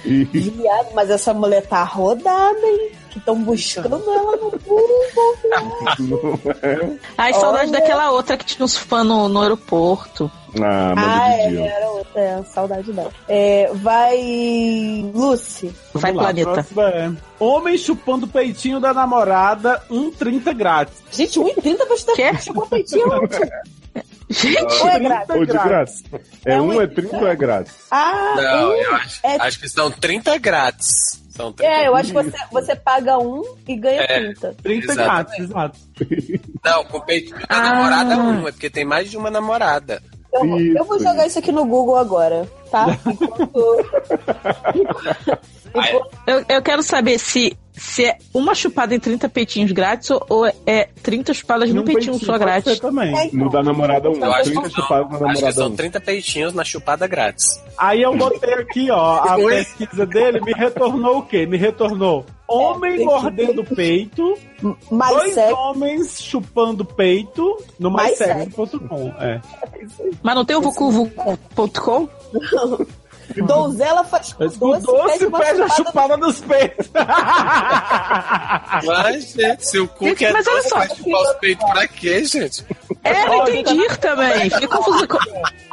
Speaker 3: E [laughs]
Speaker 7: Viado, mas essa mulher tá rodada, hein? Que estão buscando ela no Google.
Speaker 5: Ai, saudade daquela outra que tinha uns fãs no, no aeroporto.
Speaker 3: Ah,
Speaker 7: Ah,
Speaker 3: mas
Speaker 7: é,
Speaker 3: dividiu.
Speaker 7: era outra. é, Saudade dela. É, vai. Lucy.
Speaker 5: Vai,
Speaker 6: Vamos lá, a
Speaker 5: planeta.
Speaker 6: próxima é, Homem chupando o peitinho da namorada, 1,30 grátis.
Speaker 7: Gente, 1,30 pra estudar. [laughs]
Speaker 5: Quê?
Speaker 7: Chegou o peitinho ontem.
Speaker 5: [laughs] Gente,
Speaker 7: Ou é grátis?
Speaker 3: Ou de grátis. É
Speaker 7: É
Speaker 3: um
Speaker 7: um
Speaker 3: é 30 ou é grátis?
Speaker 7: Ah,
Speaker 4: Não,
Speaker 7: é.
Speaker 4: eu acho,
Speaker 7: É-
Speaker 4: acho que são 30 grátis. São 30.
Speaker 7: É, eu acho que você, você paga um e ganha
Speaker 4: É.
Speaker 7: 30.
Speaker 6: 30
Speaker 4: Exatamente.
Speaker 6: grátis, exato.
Speaker 4: Não, com peito da namorada
Speaker 5: Ah.
Speaker 4: uma, porque tem mais de uma namorada.
Speaker 7: Eu, vou- eu vou
Speaker 3: Isso.
Speaker 7: jogar isso aqui no Google agora, tá? Enquanto. enquanto-
Speaker 5: eu, eu quero saber se, se é uma chupada em 30 peitinhos grátis ou, ou é 30 chupadas num
Speaker 6: Um
Speaker 5: peitinho, só
Speaker 6: pode
Speaker 5: grátis.
Speaker 6: ser também.
Speaker 7: É, então.
Speaker 3: No da namorada 1.
Speaker 4: Eu acho que
Speaker 3: 30
Speaker 4: não.
Speaker 3: chupadas na
Speaker 4: Acho que
Speaker 3: namorada
Speaker 4: são
Speaker 3: 1.
Speaker 4: 30 peitinhos na chupada grátis.
Speaker 6: Aí eu botei aqui, ó, a
Speaker 4: Oi?
Speaker 6: pesquisa dele, me retornou o quê? Me retornou homem
Speaker 7: tem que-
Speaker 6: mordendo o peito,
Speaker 7: Mais
Speaker 6: dois
Speaker 7: sexo.
Speaker 6: homens chupando o peito no
Speaker 7: Mais
Speaker 6: maissexo.com. É.
Speaker 5: Mas não tem o vucuvucu.com?
Speaker 7: Donzela faz com
Speaker 6: Mas O
Speaker 7: doce,
Speaker 6: doce
Speaker 7: uma
Speaker 6: pede a
Speaker 7: chupada
Speaker 6: chupada nos peitos. [laughs]
Speaker 4: Mas, gente, se o cu
Speaker 5: Ah. Gente,
Speaker 4: quer
Speaker 5: mas olha
Speaker 4: doce,
Speaker 5: só.
Speaker 4: vai chupar os peitos pra quê, gente?
Speaker 5: É, não entendi também. Fiquei confusa. com-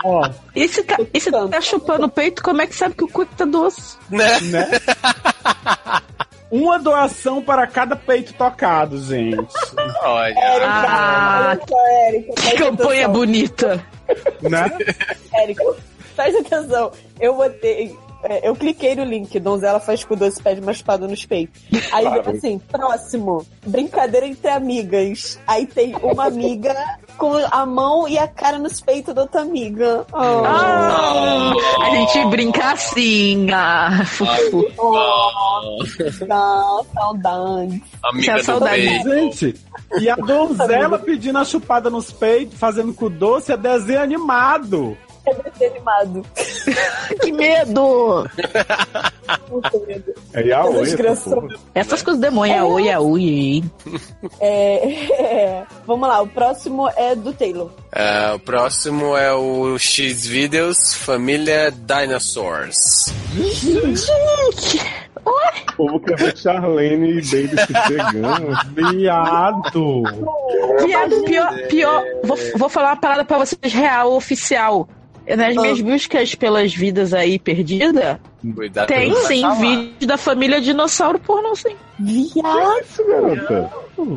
Speaker 6: ó,
Speaker 5: E se tá, e se tá chupando o peito, como é que sabe que o cu tá doce?
Speaker 4: Né?
Speaker 6: né? Uma doação para cada peito tocado, gente.
Speaker 5: [laughs]
Speaker 4: Olha.
Speaker 7: Érica.
Speaker 5: Ah.
Speaker 7: Olha só, Érica.
Speaker 5: Que
Speaker 7: presta
Speaker 5: campanha
Speaker 7: atenção.
Speaker 5: bonita.
Speaker 6: né?
Speaker 7: [laughs] Érica, presta atenção. Eu botei. é, Eu cliquei no link, donzela faz com doce, pede uma espada nos peitos. Aí
Speaker 3: Claro.
Speaker 7: deu assim, próximo, brincadeira entre amigas. Aí tem uma amiga com a mão e a cara nos peitos da outra amiga. Oh.
Speaker 5: Ah, a gente brinca assim. Ah, fufu.
Speaker 7: Não, saudade.
Speaker 4: Amiga
Speaker 5: Isso é
Speaker 4: do
Speaker 5: saudade.
Speaker 4: peito.
Speaker 6: Gente, e a donzela pedindo a chupada nos peitos, fazendo com doce, é desenho animado.
Speaker 7: É Desanimado.
Speaker 5: Que medo!
Speaker 7: Puta medo.
Speaker 3: É Yaoi.
Speaker 7: Essas crianças
Speaker 3: essa porra.
Speaker 5: Essas coisas demônio, aoi, aoi, hein?
Speaker 7: É, [laughs] é. Vamos lá, o próximo é do Taylor.
Speaker 4: Ah, o próximo é o X-Videos Família Dinosaurs.
Speaker 3: O povo quer ver Charlene e Baby se pegando.
Speaker 6: Viado.
Speaker 5: Viado, pior, pior. Vou, vou falar uma parada pra vocês real, oficial. É Nas minhas buscas pelas vidas aí perdida,
Speaker 4: Cuidado
Speaker 5: tem
Speaker 4: pra não
Speaker 5: sim
Speaker 4: falar.
Speaker 5: vídeo da família dinossauro pornô, sim.
Speaker 7: Viado.
Speaker 3: Isso, garota.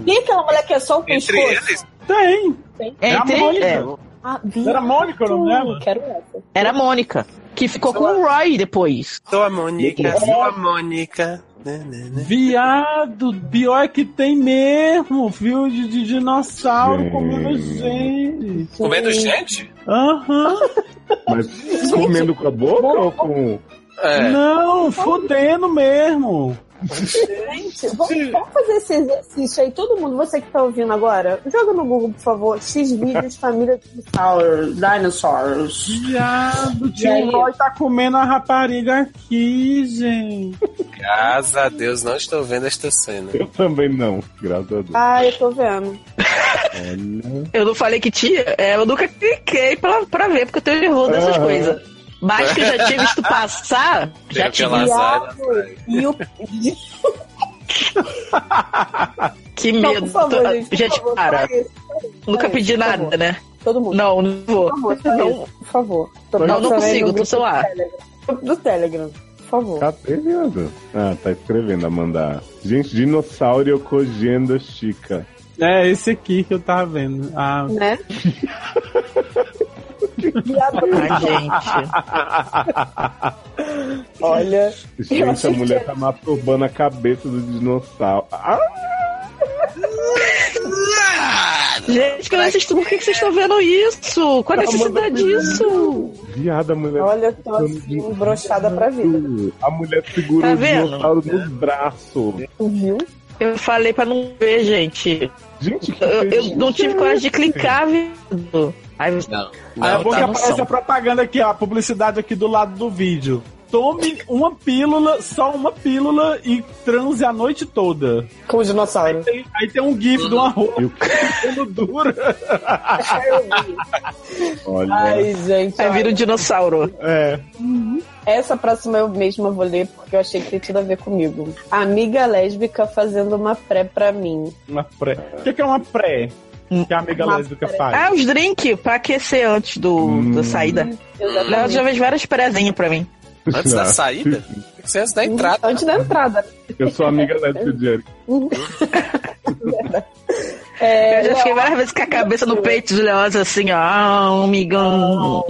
Speaker 7: E aquela mulher que é só o pescoço?
Speaker 4: Entre eles,
Speaker 6: Tem. É a
Speaker 5: Entre,
Speaker 6: Mônica.
Speaker 5: é,
Speaker 7: Ah, viado.
Speaker 6: Era a Mônica, não lembro.
Speaker 7: Quero essa.
Speaker 5: era a Mônica, que ficou com o Roy depois.
Speaker 4: sou a Mônica, sou a Mônica. Né, né, né.
Speaker 6: Viado, pior é que tem mesmo, viu? De, de dinossauro
Speaker 3: Gente.
Speaker 6: comendo gente.
Speaker 4: Comendo gente?
Speaker 6: Aham.
Speaker 3: Mas comendo com um? a boca ou com.
Speaker 4: É.
Speaker 6: Não, fudendo mesmo.
Speaker 7: Gente, vamos, vamos fazer esse exercício aí. Todo mundo, você que tá ouvindo agora, joga no Google, por favor, X vídeos família dinossauros. Dinosaurs.
Speaker 6: Viado,
Speaker 7: E aí?
Speaker 6: tio Nós tá comendo a rapariga aqui, gente.
Speaker 4: Graças a Deus, não estou vendo esta cena.
Speaker 3: Eu também não, graças a Deus.
Speaker 7: Ah, eu tô vendo.
Speaker 3: Olha.
Speaker 5: Eu não falei que tinha? É, eu nunca cliquei pra, pra ver, porque eu tenho nervoso dessas
Speaker 3: Aham.
Speaker 5: coisas. Mas que eu já tinha visto passar, já
Speaker 4: Tem
Speaker 5: tive
Speaker 4: aquela azar.
Speaker 7: E o. e-
Speaker 5: que
Speaker 7: Não,
Speaker 5: medo.
Speaker 7: por favor,
Speaker 5: Tô-
Speaker 7: gente. por
Speaker 5: gente,
Speaker 7: favor,
Speaker 5: para.
Speaker 7: só isso,
Speaker 5: Nunca
Speaker 7: Por
Speaker 5: pedi
Speaker 7: favor.
Speaker 5: nada, né?
Speaker 7: Todo mundo.
Speaker 5: Não, não vou.
Speaker 7: Por favor, só
Speaker 5: Não.
Speaker 7: isso, por favor. Tô
Speaker 5: Não, não
Speaker 7: pensando aí
Speaker 5: consigo,
Speaker 7: no
Speaker 5: tô
Speaker 7: grupo
Speaker 5: celular.
Speaker 7: do Telegram. Do Telegram, por favor.
Speaker 3: Cadê, viado? Tá Ah, tá escrevendo a mandar. Gente, dinossauro cogenda chica.
Speaker 6: É esse aqui que eu tava vendo. Ah,
Speaker 7: Né? Viado,
Speaker 5: Ai, gente.
Speaker 7: olha. Ah, Eu
Speaker 3: Gente,
Speaker 7: achei
Speaker 3: a
Speaker 7: que
Speaker 3: mulher
Speaker 7: era-
Speaker 3: tá masturbando a cabeça do dinossauro. Ah,
Speaker 5: Gente, que eu não assisto, por que que vocês estão vendo isso? Qual a necessidade disso?
Speaker 3: viado, a mulher.
Speaker 7: Olha, eu tô assim, brochada pra vida.
Speaker 3: A mulher segura
Speaker 5: Tá
Speaker 3: o
Speaker 5: vendo?
Speaker 3: dinossauro nos braços.
Speaker 7: Tu viu?
Speaker 5: Eu falei pra não ver, gente.
Speaker 3: Gente, que
Speaker 5: Eu, eu
Speaker 3: fez
Speaker 5: não tive coragem de clicar, viado. Ai,
Speaker 4: Não,
Speaker 6: Aí é
Speaker 4: não
Speaker 6: bom que
Speaker 4: tá
Speaker 6: aparece a propaganda aqui, ó, a publicidade aqui do lado do vídeo. Tome uma pílula, só uma pílula e transe a noite toda.
Speaker 7: Com o dinossauro.
Speaker 6: Tem- aí tem um gif de
Speaker 4: Uhum.
Speaker 6: uma roupa
Speaker 3: Eu-
Speaker 6: [laughs] sendo dura.
Speaker 5: Ah,
Speaker 3: Olha.
Speaker 7: Ai, gente.
Speaker 5: Aí vira um
Speaker 7: olha.
Speaker 5: dinossauro.
Speaker 6: É.
Speaker 7: Essa próxima eu mesma vou ler porque eu achei que tem tudo a ver comigo. Amiga lésbica fazendo uma pré pra mim.
Speaker 6: Uma pré. O que, que é uma pré? Que a amiga
Speaker 7: Hum, Uma
Speaker 6: lésbica
Speaker 7: pré.
Speaker 6: faz.
Speaker 5: Ah, os drink pra aquecer antes do, da saída. Ela já fez várias prezinhas pra mim.
Speaker 4: Antes da
Speaker 3: Não.
Speaker 4: saída? Tem que ser antes da entrada.
Speaker 7: Antes
Speaker 5: [laughs]
Speaker 7: da entrada. [laughs]
Speaker 3: Eu sou amiga lésbica de Eric.
Speaker 7: É,
Speaker 5: Eu já fiquei várias vezes com a cabeça no peito de Leosa, assim, ó, ah, amigão.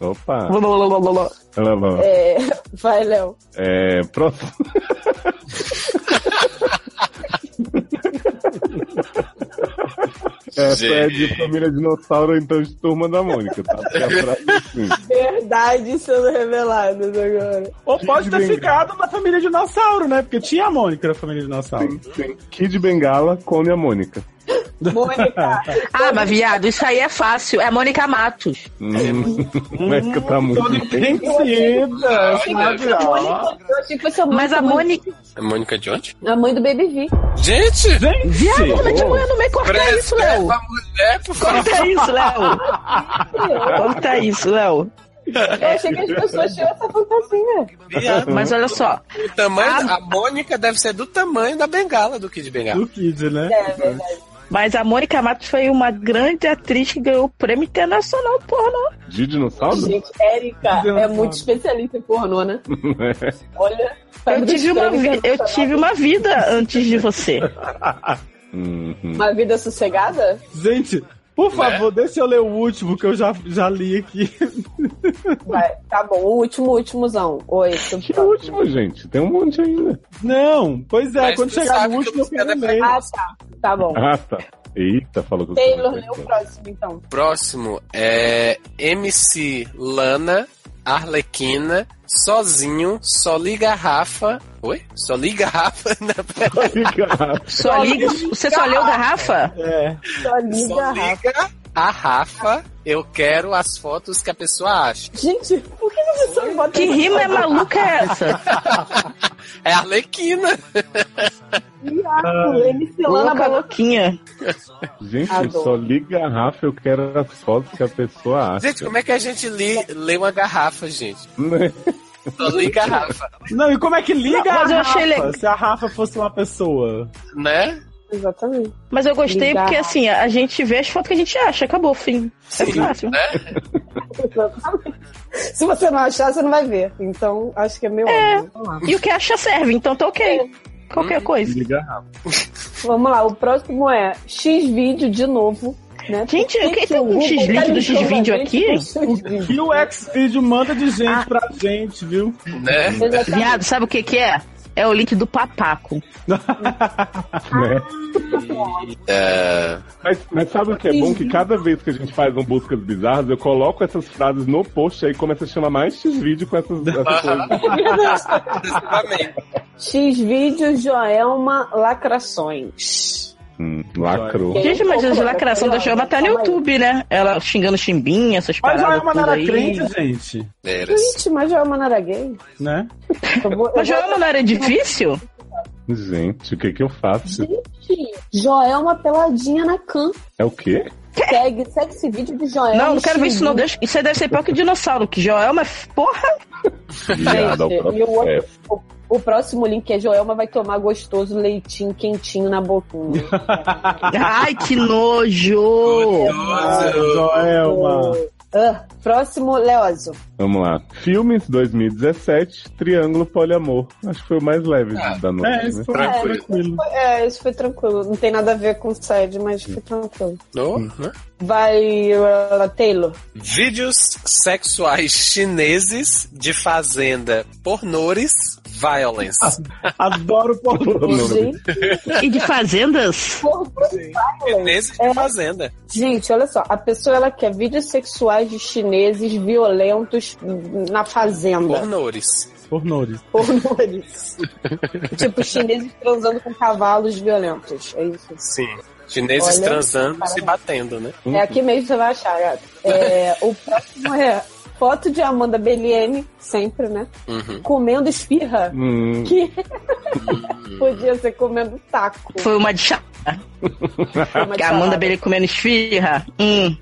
Speaker 3: Opa.
Speaker 5: Blá, blá, blá, blá, blá, blá.
Speaker 3: Ela, ela,
Speaker 7: é, vai, Léo.
Speaker 3: É, próximo. [laughs] Essa é de família dinossauro, então de turma da Mônica, tá? Porque a frase é assim.
Speaker 7: Verdade sendo reveladas agora.
Speaker 6: Ou pode ter
Speaker 3: Gente,
Speaker 6: ficado na família dinossauro, né? Porque tinha a Mônica na família dinossauro.
Speaker 3: Sim, sim. Kid Bengala come a Mônica.
Speaker 7: Mônica,
Speaker 5: Ah, mas viado, isso aí é fácil. É Mônica Matos.
Speaker 3: Hum, Mônica tá
Speaker 6: Toda
Speaker 3: muito bem.
Speaker 6: entendida, sabe? Ó.
Speaker 7: Mônica, eu achei que você
Speaker 5: Mas a Mônica.
Speaker 4: É Mônica de onde?
Speaker 7: a mãe do Baby V.
Speaker 4: Gente!
Speaker 5: Viado, como é que a
Speaker 3: Ô.
Speaker 5: mulher não meio corta isso, é. Léo?
Speaker 4: Preserva a mulher, por favor.
Speaker 5: Corta isso, Léo. Corta isso, Léo. É.
Speaker 7: Eu achei que as pessoas tinham essa fantasia.
Speaker 5: Mas olha só.
Speaker 4: O tamanho, da- a Mônica deve ser do tamanho da bengala do Kid Bengala.
Speaker 6: Do Kid, né?
Speaker 7: É verdade.
Speaker 5: Mas a Mônica Matos foi uma grande atriz que ganhou o prêmio internacional, porra, não.
Speaker 3: De dinossauro?
Speaker 7: Gente, Érica é muito especialista em pornô, né?
Speaker 3: É.
Speaker 7: Olha.
Speaker 5: Eu tive, uma vi- eu
Speaker 7: Uma
Speaker 5: tive uma vida antes de você.
Speaker 3: Uhum.
Speaker 7: uma vida sossegada?
Speaker 6: Gente,
Speaker 4: Né?
Speaker 6: por favor, deixa eu ler o último que eu já, já li aqui. [laughs]
Speaker 7: Vai, tá bom, o último, últimozão. Oi, tu-
Speaker 3: Que último, gente. Tem um monte ainda.
Speaker 6: Não, pois é,
Speaker 4: Mas
Speaker 6: quando
Speaker 4: tu
Speaker 6: chegar
Speaker 4: sabe
Speaker 6: no
Speaker 4: que
Speaker 6: último eu
Speaker 4: você é
Speaker 6: quero ler.
Speaker 7: Ah, tá. Tá bom.
Speaker 3: Ah, tá. Eita, falou que eu
Speaker 7: Taylor,
Speaker 3: sou
Speaker 7: lê o
Speaker 3: muito
Speaker 7: próximo, então.
Speaker 4: Próximo é MC Lana, Arlequina, sozinho, só liga garrafa. Oi? Só liga [laughs] garrafa na
Speaker 3: bem. Obrigado.
Speaker 5: Só liga. Você só leu garrafa?
Speaker 6: É.
Speaker 7: Só liga
Speaker 4: Só
Speaker 7: a Rafa.
Speaker 4: liga a Rafa. Eu quero as fotos que a pessoa acha.
Speaker 7: Gente, por que você só bota
Speaker 5: Que rima é maluca é essa?
Speaker 4: É a Arlequina.
Speaker 3: Ah,
Speaker 7: Iaco, MC Lana
Speaker 5: Louca,
Speaker 7: Balou.
Speaker 5: louquinha.
Speaker 3: Gente,
Speaker 7: Adoro.
Speaker 3: só liga a Rafa, eu quero as fotos que a pessoa acha.
Speaker 4: Gente, como é que a gente li- lê uma garrafa, gente?
Speaker 3: Né?
Speaker 4: [laughs] Só liga garrafa,
Speaker 6: Não, e como é que liga
Speaker 5: Não,
Speaker 6: a
Speaker 5: mas eu
Speaker 6: Rafa
Speaker 5: achei legal.
Speaker 6: se a Rafa fosse uma pessoa?
Speaker 4: né?
Speaker 7: Exatamente.
Speaker 5: Mas eu gostei
Speaker 7: Ligar.
Speaker 5: porque assim, a gente vê as fotos que a gente acha, acabou, fim. É fácil.
Speaker 4: né?
Speaker 7: Se você não achar, você não vai ver. Então, acho que é meio óbvio. Vamos lá.
Speaker 5: E o que acha serve, então tá ok. Qualquer coisa.
Speaker 3: Liga a Rafa.
Speaker 7: Vamos lá, o próximo é X-Vídeo de novo. Né?
Speaker 5: Gente,
Speaker 7: Por
Speaker 5: eu queria ter um
Speaker 7: o Google
Speaker 5: X-link
Speaker 7: tá
Speaker 5: do
Speaker 7: listando
Speaker 5: X-vídeo
Speaker 7: a gente
Speaker 5: aqui?
Speaker 7: com X-vídeo?
Speaker 6: Que o X-Video manda de gente
Speaker 5: Ah.
Speaker 6: pra gente, viu?
Speaker 4: né?
Speaker 7: Exatamente.
Speaker 5: Viado, sabe o que que é? é o link do papaco.
Speaker 3: né?
Speaker 4: É,
Speaker 3: Mas, mas sabe o que é bom?
Speaker 7: Uhum.
Speaker 3: Que cada vez que a gente faz um Buscas Bizarras, eu coloco essas frases no post aí começa a chamar mais X-Vídeo com essas, essas
Speaker 4: [laughs]
Speaker 3: coisas.
Speaker 4: exatamente.
Speaker 7: X-Vídeo Joelma Lacrações.
Speaker 3: Hum, lacrou.
Speaker 5: Gente, mas a lacração da Joelma tá no YouTube, né? Ela xingando chimbinha, essas
Speaker 6: Mas
Speaker 5: paradas.
Speaker 6: já é uma
Speaker 5: tudo
Speaker 6: Nara
Speaker 5: aí.
Speaker 6: crente, gente.
Speaker 4: Eras.
Speaker 7: Gente, mas Joelma não era gay?
Speaker 6: Né?
Speaker 7: Eu vou- eu
Speaker 5: Mas é
Speaker 7: vou-
Speaker 5: Joelma não era difícil?
Speaker 3: Gente, o que que eu faço?
Speaker 7: assim, Joelma é peladinha na can.
Speaker 3: É o quê?
Speaker 7: Segue, segue esse vídeo do Joelma.
Speaker 5: Não, não quero ver isso não. Deixa- Isso aí deve ser pior que dinossauro, que Joelma é porra.
Speaker 3: Viado é ao
Speaker 7: e o outro-
Speaker 3: processo.
Speaker 7: O próximo link é Joelma vai tomar gostoso leitinho quentinho na boquinha.
Speaker 5: Ai, que nojo!
Speaker 6: Ah, Joelma.
Speaker 7: Ah, próximo, Leózio.
Speaker 3: Vamos lá. Filmes 2017, Triângulo Poliamor. Acho que foi o mais leve
Speaker 4: Ah,
Speaker 3: da noite,
Speaker 6: É,
Speaker 3: né?
Speaker 6: isso foi
Speaker 4: Tranquilo.
Speaker 6: tranquilo.
Speaker 7: É, isso foi tranquilo. Não tem nada a ver com sede, mas foi tranquilo.
Speaker 4: No, né?
Speaker 7: Vai, uh, Taylor.
Speaker 4: Vídeos sexuais chineses de fazenda pornores violence.
Speaker 6: Adoro
Speaker 3: [laughs]
Speaker 6: pornô.
Speaker 7: Gente,
Speaker 5: E de fazendas?
Speaker 7: porra.
Speaker 4: chineses de fazenda.
Speaker 7: Gente, olha só. A pessoa ela quer vídeos sexuais de chineses violentos na fazenda.
Speaker 4: Pornores.
Speaker 6: [laughs] Pornores.
Speaker 7: Pornores. é [laughs] tipo, chineses transando com cavalos violentos. É isso.
Speaker 4: Sim. Chineses
Speaker 7: Olha,
Speaker 4: transando e
Speaker 7: parabéns.
Speaker 4: se batendo, né?
Speaker 7: É aqui mesmo que você vai achar, gata. É, o próximo é foto de Amanda Belliene, sempre, né?
Speaker 4: Uhum.
Speaker 7: Comendo espirra.
Speaker 3: Hum,
Speaker 7: Que podia ser comendo
Speaker 5: [laughs]
Speaker 7: taco.
Speaker 5: Foi uma de chá.
Speaker 7: Foi uma
Speaker 5: Que a Amanda
Speaker 7: salada.
Speaker 5: Belli comendo esfirra. Hum.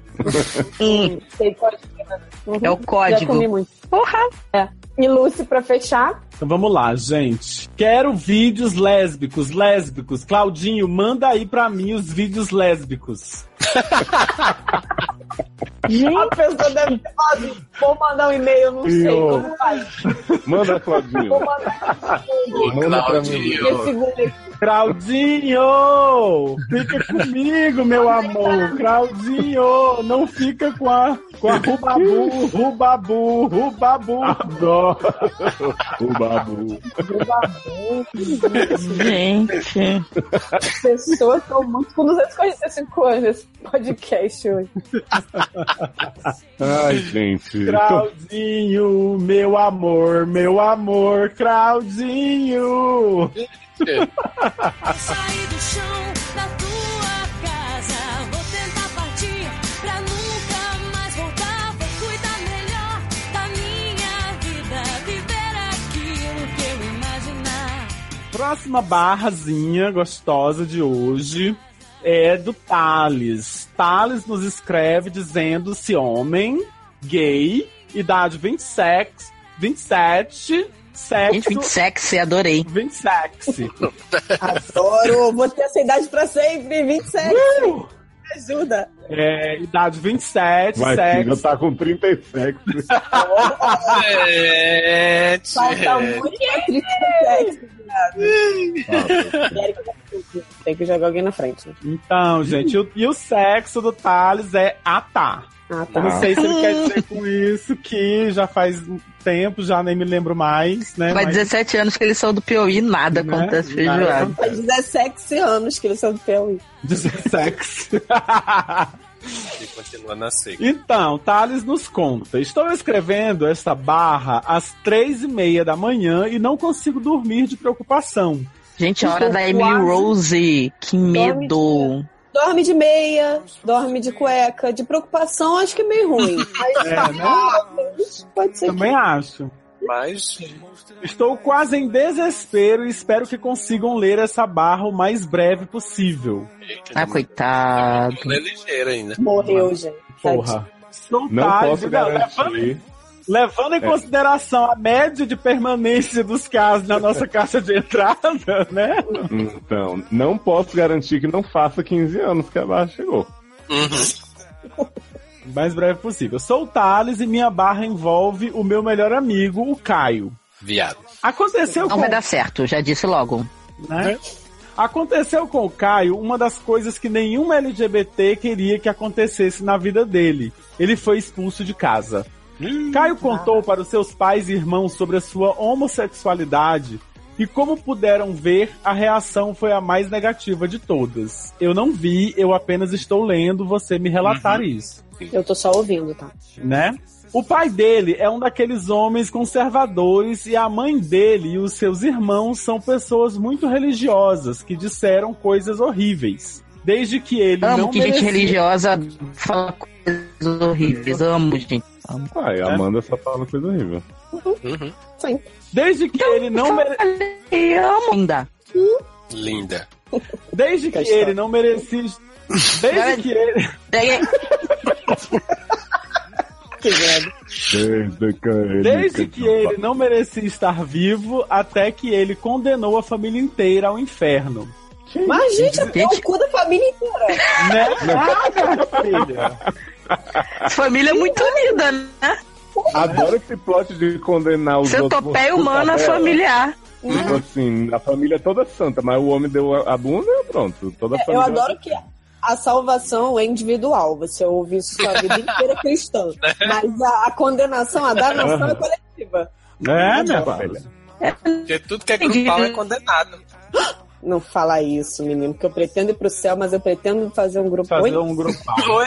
Speaker 5: hum.
Speaker 7: Tem código espirra. Uhum.
Speaker 5: É o
Speaker 7: Já
Speaker 5: código.
Speaker 7: comi muito.
Speaker 5: Porra.
Speaker 7: E Lucy, pra fechar,
Speaker 6: Então vamos lá, gente. Quero vídeos lésbicos, lésbicos. Claudinho, manda aí pra mim os vídeos lésbicos.
Speaker 7: a pessoa deve ter falado, vou mandar um e-mail, não sei
Speaker 3: Ih, ô.
Speaker 7: como faz.
Speaker 3: manda, Claudinho.
Speaker 7: Vou mandar
Speaker 3: Manda pra mim.
Speaker 7: um e-mail. Esse
Speaker 6: Claudinho! Fica comigo, meu amor! Claudinho! Não fica com a, com a Rubabu, Rubabu, Rubabu!
Speaker 3: Adoro. o babu.
Speaker 5: Gente.
Speaker 7: pessoa, tô muito com 245 anos nesse podcast hoje.
Speaker 3: Ai, gente. Então,
Speaker 6: Claudinho, meu amor, meu amor, Claudinho!
Speaker 2: Sair do chão da tua casa. Vou tentar partir pra nunca mais voltar. Vou cuidar melhor da minha vida. Viver aquilo que eu imaginar.
Speaker 6: Próxima barrazinha gostosa de hoje é do Thales. Thales nos escreve dizendo se homem, gay, idade 26, 27,
Speaker 5: Gente,
Speaker 6: sexo...
Speaker 5: 20 sexy, adorei.
Speaker 6: 27.
Speaker 7: Adoro! Vou ter essa idade pra sempre, 27. Me ajuda!
Speaker 6: É, idade 27,
Speaker 3: vai, filho,
Speaker 6: sexo.
Speaker 3: tá com
Speaker 6: [laughs]
Speaker 3: 37.
Speaker 4: Gente.
Speaker 7: Falta
Speaker 4: É. um
Speaker 7: muito Patrícia Tem que jogar alguém na frente. né?
Speaker 6: Então, gente, o- e o sexo do Thales é atá.
Speaker 7: Ah, tá.
Speaker 6: Eu não sei se ele quer dizer com isso que já faz um tempo, já nem me lembro mais, né?
Speaker 5: Faz
Speaker 6: Mas-
Speaker 5: 17 anos que ele saiu do Piauí, nada
Speaker 6: Né?
Speaker 5: acontece feijoada.
Speaker 7: Faz 17 anos que ele saiu do Piauí.
Speaker 6: Dizer [laughs] sexo.
Speaker 4: E continua na seca.
Speaker 6: Então, Thales nos conta. Estou escrevendo esta barra às três e meia da manhã e não consigo dormir de preocupação.
Speaker 5: Gente, a hora
Speaker 7: Estou
Speaker 5: da Emily
Speaker 7: quase-
Speaker 5: Rose. Que medo.
Speaker 7: Dorme de meia, dorme de cueca, de preocupação acho que é meio ruim. Mas tá bom, pode ser
Speaker 6: Também acho.
Speaker 4: Mas
Speaker 6: Estou quase em desespero e espero que consigam ler essa barra o mais breve possível.
Speaker 5: Ah, coitado.
Speaker 4: Ela é ligeira ainda.
Speaker 7: que morreu, gente.
Speaker 6: Porra. Sou
Speaker 3: Não
Speaker 6: Thales, então,
Speaker 3: posso
Speaker 6: não,
Speaker 3: garantir.
Speaker 6: levando, levando em consideração a média de permanência dos casos na nossa caixa de entrada, né?
Speaker 3: Então, não posso garantir que não faça 15 anos que a barra chegou.
Speaker 6: O mais breve possível. Sou o Thales e minha barra envolve o meu melhor amigo, o Caio.
Speaker 4: Viado.
Speaker 6: Aconteceu
Speaker 5: Não
Speaker 6: com
Speaker 5: vai dar certo, já disse logo.
Speaker 6: né? Aconteceu com o Caio uma das coisas que nenhum LGBT queria que acontecesse na vida dele. Ele foi expulso de casa. Caio contou para os seus pais e irmãos sobre a sua homossexualidade E como puderam ver, a reação foi a mais negativa de todas. Eu não vi, eu apenas estou lendo você me relatar isso,
Speaker 7: Eu tô só ouvindo, tá?
Speaker 6: né? O pai dele é um daqueles homens conservadores e a mãe dele e os seus irmãos são pessoas muito religiosas que disseram coisas horríveis. Desde que ele
Speaker 5: Amo
Speaker 6: não
Speaker 5: que gente
Speaker 6: merecia-
Speaker 5: religiosa fala coisas horríveis. Amo, gente. Amo.
Speaker 3: Ah,
Speaker 6: É.
Speaker 3: e a Amanda só fala coisa horrível.
Speaker 4: Uhum.
Speaker 6: Desde que ele não mere-
Speaker 5: E amo ainda.
Speaker 4: Linda.
Speaker 6: Desde que ele não merecia. Desde que ele.
Speaker 5: Daí-
Speaker 3: Desde que ele,
Speaker 6: Desde que ele não tá. merecia estar vivo, até que ele condenou a família inteira ao inferno.
Speaker 7: Mas, gente, até o cu da família inteira.
Speaker 6: Né? Ah, minha filha.
Speaker 5: Família é muito unida, né?
Speaker 3: Adoro esse plot de condenar os outros. É.
Speaker 5: Centopeia humana
Speaker 3: Tabela.
Speaker 5: familiar.
Speaker 3: Tipo assim, a família é toda santa, mas o homem deu a a bunda e pronto. Toda a
Speaker 7: É, Eu
Speaker 3: família.
Speaker 7: adoro que a salvação é individual. Você ouve isso sua vida inteira
Speaker 6: [laughs]
Speaker 7: cristã.
Speaker 6: Né?
Speaker 7: Mas a, a condenação, a danação é coletiva.
Speaker 6: É, minha
Speaker 3: Adoro.
Speaker 6: filha.
Speaker 4: Porque tudo que é grupal é condenado.
Speaker 7: Não fala isso, menino, porque eu pretendo ir pro céu, mas eu pretendo fazer um grupo.
Speaker 6: Fazer
Speaker 7: Oi?
Speaker 6: um grupal.
Speaker 4: Oi?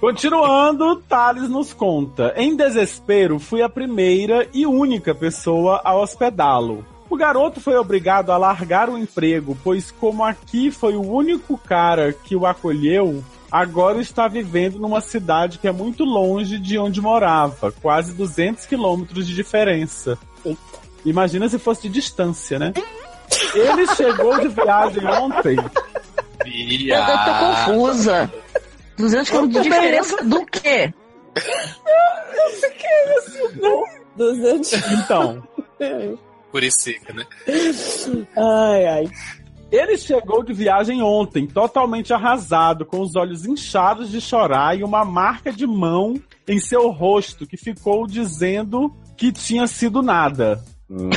Speaker 6: Continuando, Thales nos conta. Em desespero, fui a primeira e única pessoa a hospedá-lo. O garoto foi obrigado a largar o emprego, pois como aqui foi o único cara que o acolheu, agora está vivendo numa cidade que é muito longe de onde morava, quase 200 quilômetros de diferença. Imagina se fosse de distância, né? Ele chegou de viagem ontem
Speaker 4: Bia.
Speaker 5: Eu tô
Speaker 6: Ah.
Speaker 4: [laughs]
Speaker 5: confusa. é? 200 quilômetros de diferença do quê?
Speaker 7: 200.
Speaker 6: Então,
Speaker 4: Puricica, né?
Speaker 7: Ai, ai.
Speaker 6: Ele chegou de viagem ontem, totalmente arrasado, com os olhos inchados de chorar e uma marca de mão em seu rosto que ficou dizendo que tinha sido nada.
Speaker 3: Hum,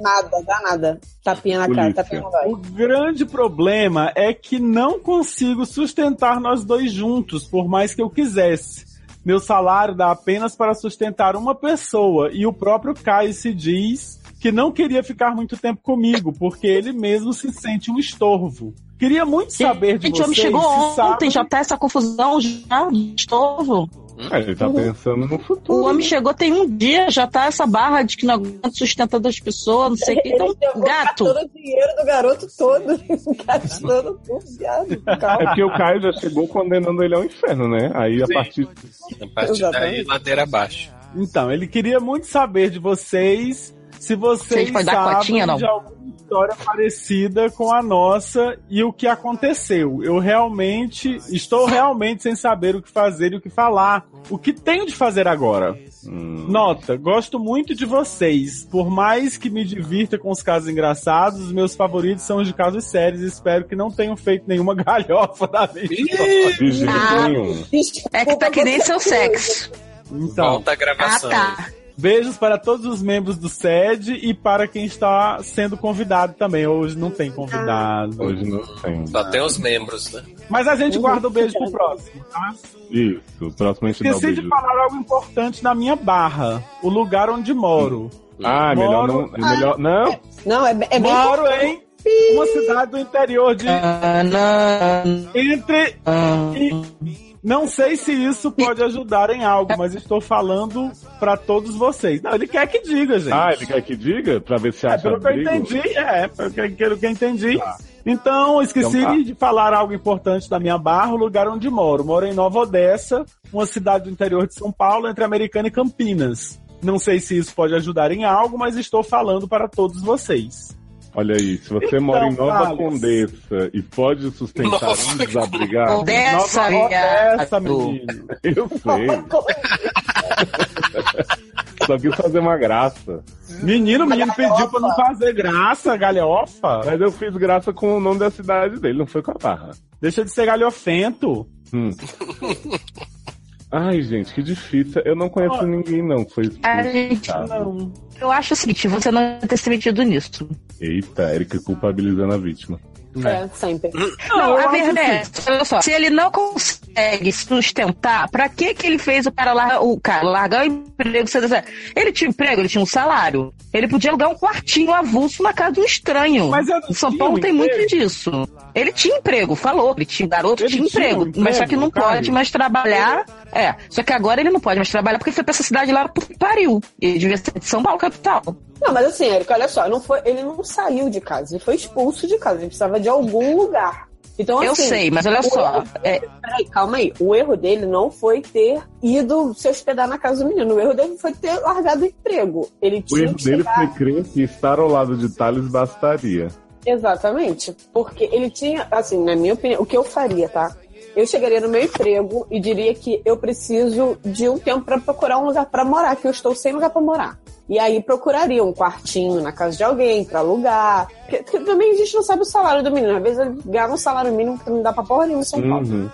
Speaker 7: Nada, dá nada. Tapinha na cara,
Speaker 3: Polícia.
Speaker 7: tapinha não vai.
Speaker 6: O grande problema é que não consigo sustentar nós dois juntos, por mais que eu quisesse. Meu salário dá apenas para sustentar uma pessoa e o próprio Caio se diz que não queria ficar muito tempo comigo, porque ele mesmo se sente um estorvo. Queria muito saber de
Speaker 5: Gente, o homem
Speaker 6: vocês
Speaker 5: chegou
Speaker 6: se sabe-
Speaker 5: ontem, já tá essa confusão, já de estovo.
Speaker 3: é, ele
Speaker 7: Uhum.
Speaker 3: tá pensando no futuro.
Speaker 5: O homem chegou tem um dia, já tá essa barra de que não aguenta sustentar duas pessoas, não sei o que. Então, gato,
Speaker 7: Gastando o dinheiro do garoto todo. [laughs] Gastando tudo, viado.
Speaker 3: É
Speaker 7: Calma.
Speaker 3: porque o Caio já chegou condenando ele ao inferno, né? Aí a
Speaker 4: Sim.
Speaker 3: partir.
Speaker 4: A partir daí,
Speaker 7: Exatamente.
Speaker 4: ladeira abaixo.
Speaker 6: Então, ele queria muito saber de vocês se vocês
Speaker 5: Vocês podem dar
Speaker 6: sabem
Speaker 5: cotinha, não?
Speaker 6: de alguma história parecida com a nossa e o que aconteceu. Eu realmente estou realmente sem saber o que fazer e o que falar. O que tenho de fazer agora?
Speaker 3: Hum,
Speaker 6: Nota, gosto muito de vocês. Por mais que me divirta com os casos engraçados, os meus favoritos são os de casos sérios e espero que não tenham feito nenhuma [laughs] galhofa da vida.
Speaker 3: de jeito
Speaker 5: Ah.
Speaker 3: nenhum.
Speaker 7: Desculpa,
Speaker 5: é que tá que nem
Speaker 7: você-
Speaker 5: seu sexo.
Speaker 6: Então,
Speaker 4: Volta a
Speaker 5: Ah,
Speaker 4: gravação.
Speaker 5: tá.
Speaker 6: Beijos para todos os membros do SED e para quem está sendo convidado também. Hoje não tem convidado.
Speaker 3: Hoje não tem.
Speaker 4: Só tem os membros, né?
Speaker 6: Mas a gente guarda o beijo pro próximo, tá?
Speaker 3: Isso, próximo a gente dá o
Speaker 6: Esqueci
Speaker 3: um beijo.
Speaker 6: de falar algo importante na minha barra. O lugar onde moro.
Speaker 3: Ah, é melhor não. é melhor, não,
Speaker 7: Não, é, é bem.
Speaker 6: Moro em uma cidade do interior de
Speaker 5: Ah, não,
Speaker 6: entre
Speaker 5: ah.
Speaker 6: e não sei se isso pode ajudar em algo, mas estou falando para todos vocês. Não, ele quer que diga, gente.
Speaker 3: Ah, ele quer que diga? Pra ver se
Speaker 6: É,
Speaker 3: acha
Speaker 6: pelo que eu
Speaker 3: abrigo? Tá.
Speaker 6: entendi, é, pelo que- pelo que eu entendi. Então, esqueci
Speaker 3: Então tá.
Speaker 6: de falar algo importante da minha barra, o lugar onde moro. Moro em Nova Odessa, uma cidade do interior de São Paulo, entre Americana e Campinas. Não sei se isso pode ajudar em algo, mas estou falando para todos vocês.
Speaker 3: Olha aí, se você mora em
Speaker 6: Então,
Speaker 3: Nova
Speaker 6: Thales.
Speaker 3: Condessa e pode sustentar
Speaker 4: Nossa.
Speaker 3: um desabrigado,
Speaker 5: Dessa,
Speaker 6: Nova Odessa,
Speaker 5: viado.
Speaker 6: menino.
Speaker 3: eu sei. Só quis fazer uma graça.
Speaker 6: Menino, o menino pediu para não fazer graça, galhofa.
Speaker 3: Mas eu fiz graça com o nome da cidade dele, não foi com a barra.
Speaker 6: Deixa de ser galhofento.
Speaker 3: Hum. Ai, gente, que difícil. Eu não conheço
Speaker 6: Ó.
Speaker 3: ninguém, não. Foi expulso.
Speaker 5: A gente,
Speaker 3: Tá.
Speaker 6: Não.
Speaker 5: eu acho o seguinte, você não ia ter se metido nisso.
Speaker 3: Eita, Erika culpabilizando a vítima.
Speaker 7: É, sempre.
Speaker 5: Não,
Speaker 6: eu
Speaker 5: a
Speaker 6: acho
Speaker 5: verdade é, essa, olha só, se ele não conseguiu consegue sustentar, pra que que ele fez o cara largar o cara largar o emprego? sei lá, Ele tinha emprego, ele tinha um salário. Ele podia alugar um quartinho avulso na casa de um estranho.
Speaker 6: Mas eu não
Speaker 5: Em São
Speaker 6: tinha
Speaker 5: Paulo
Speaker 6: um
Speaker 5: tem
Speaker 6: emprego.
Speaker 5: muito disso. Ele tinha emprego, falou, ele tinha o garoto
Speaker 6: Ele
Speaker 5: tinha
Speaker 6: tinha
Speaker 5: emprego,
Speaker 6: um emprego,
Speaker 5: mas só que não
Speaker 6: cara.
Speaker 5: pode mais trabalhar. É, só que agora ele não pode mais trabalhar porque foi pra essa cidade lá pro pariu. Ele devia ser de São Paulo, capital.
Speaker 7: Não, mas assim, Érico, olha só, não foi, ele não saiu de casa, ele foi expulso de casa, ele precisava de algum lugar. Então,
Speaker 5: Eu
Speaker 7: assim,
Speaker 5: sei, mas olha só. é,
Speaker 7: Peraí, calma aí. O erro dele não foi ter ido se hospedar na casa do menino. O erro dele foi ter largado o emprego. Ele
Speaker 3: O
Speaker 7: tinha
Speaker 3: erro
Speaker 7: que
Speaker 3: dele
Speaker 7: chegar-
Speaker 3: foi crer que estar ao lado de Thales bastaria.
Speaker 7: Exatamente. Porque ele tinha, assim, na minha opinião, o que eu faria, tá? Eu chegaria no meu emprego e diria que eu preciso de um tempo pra procurar um lugar pra morar, que eu estou sem lugar pra morar. E aí procuraria um quartinho na casa de alguém pra alugar. Porque, porque também a gente não sabe o salário do menino. Às vezes ele ganha um salário mínimo que não dá pra porra nenhuma em São Paulo.
Speaker 3: Uhum.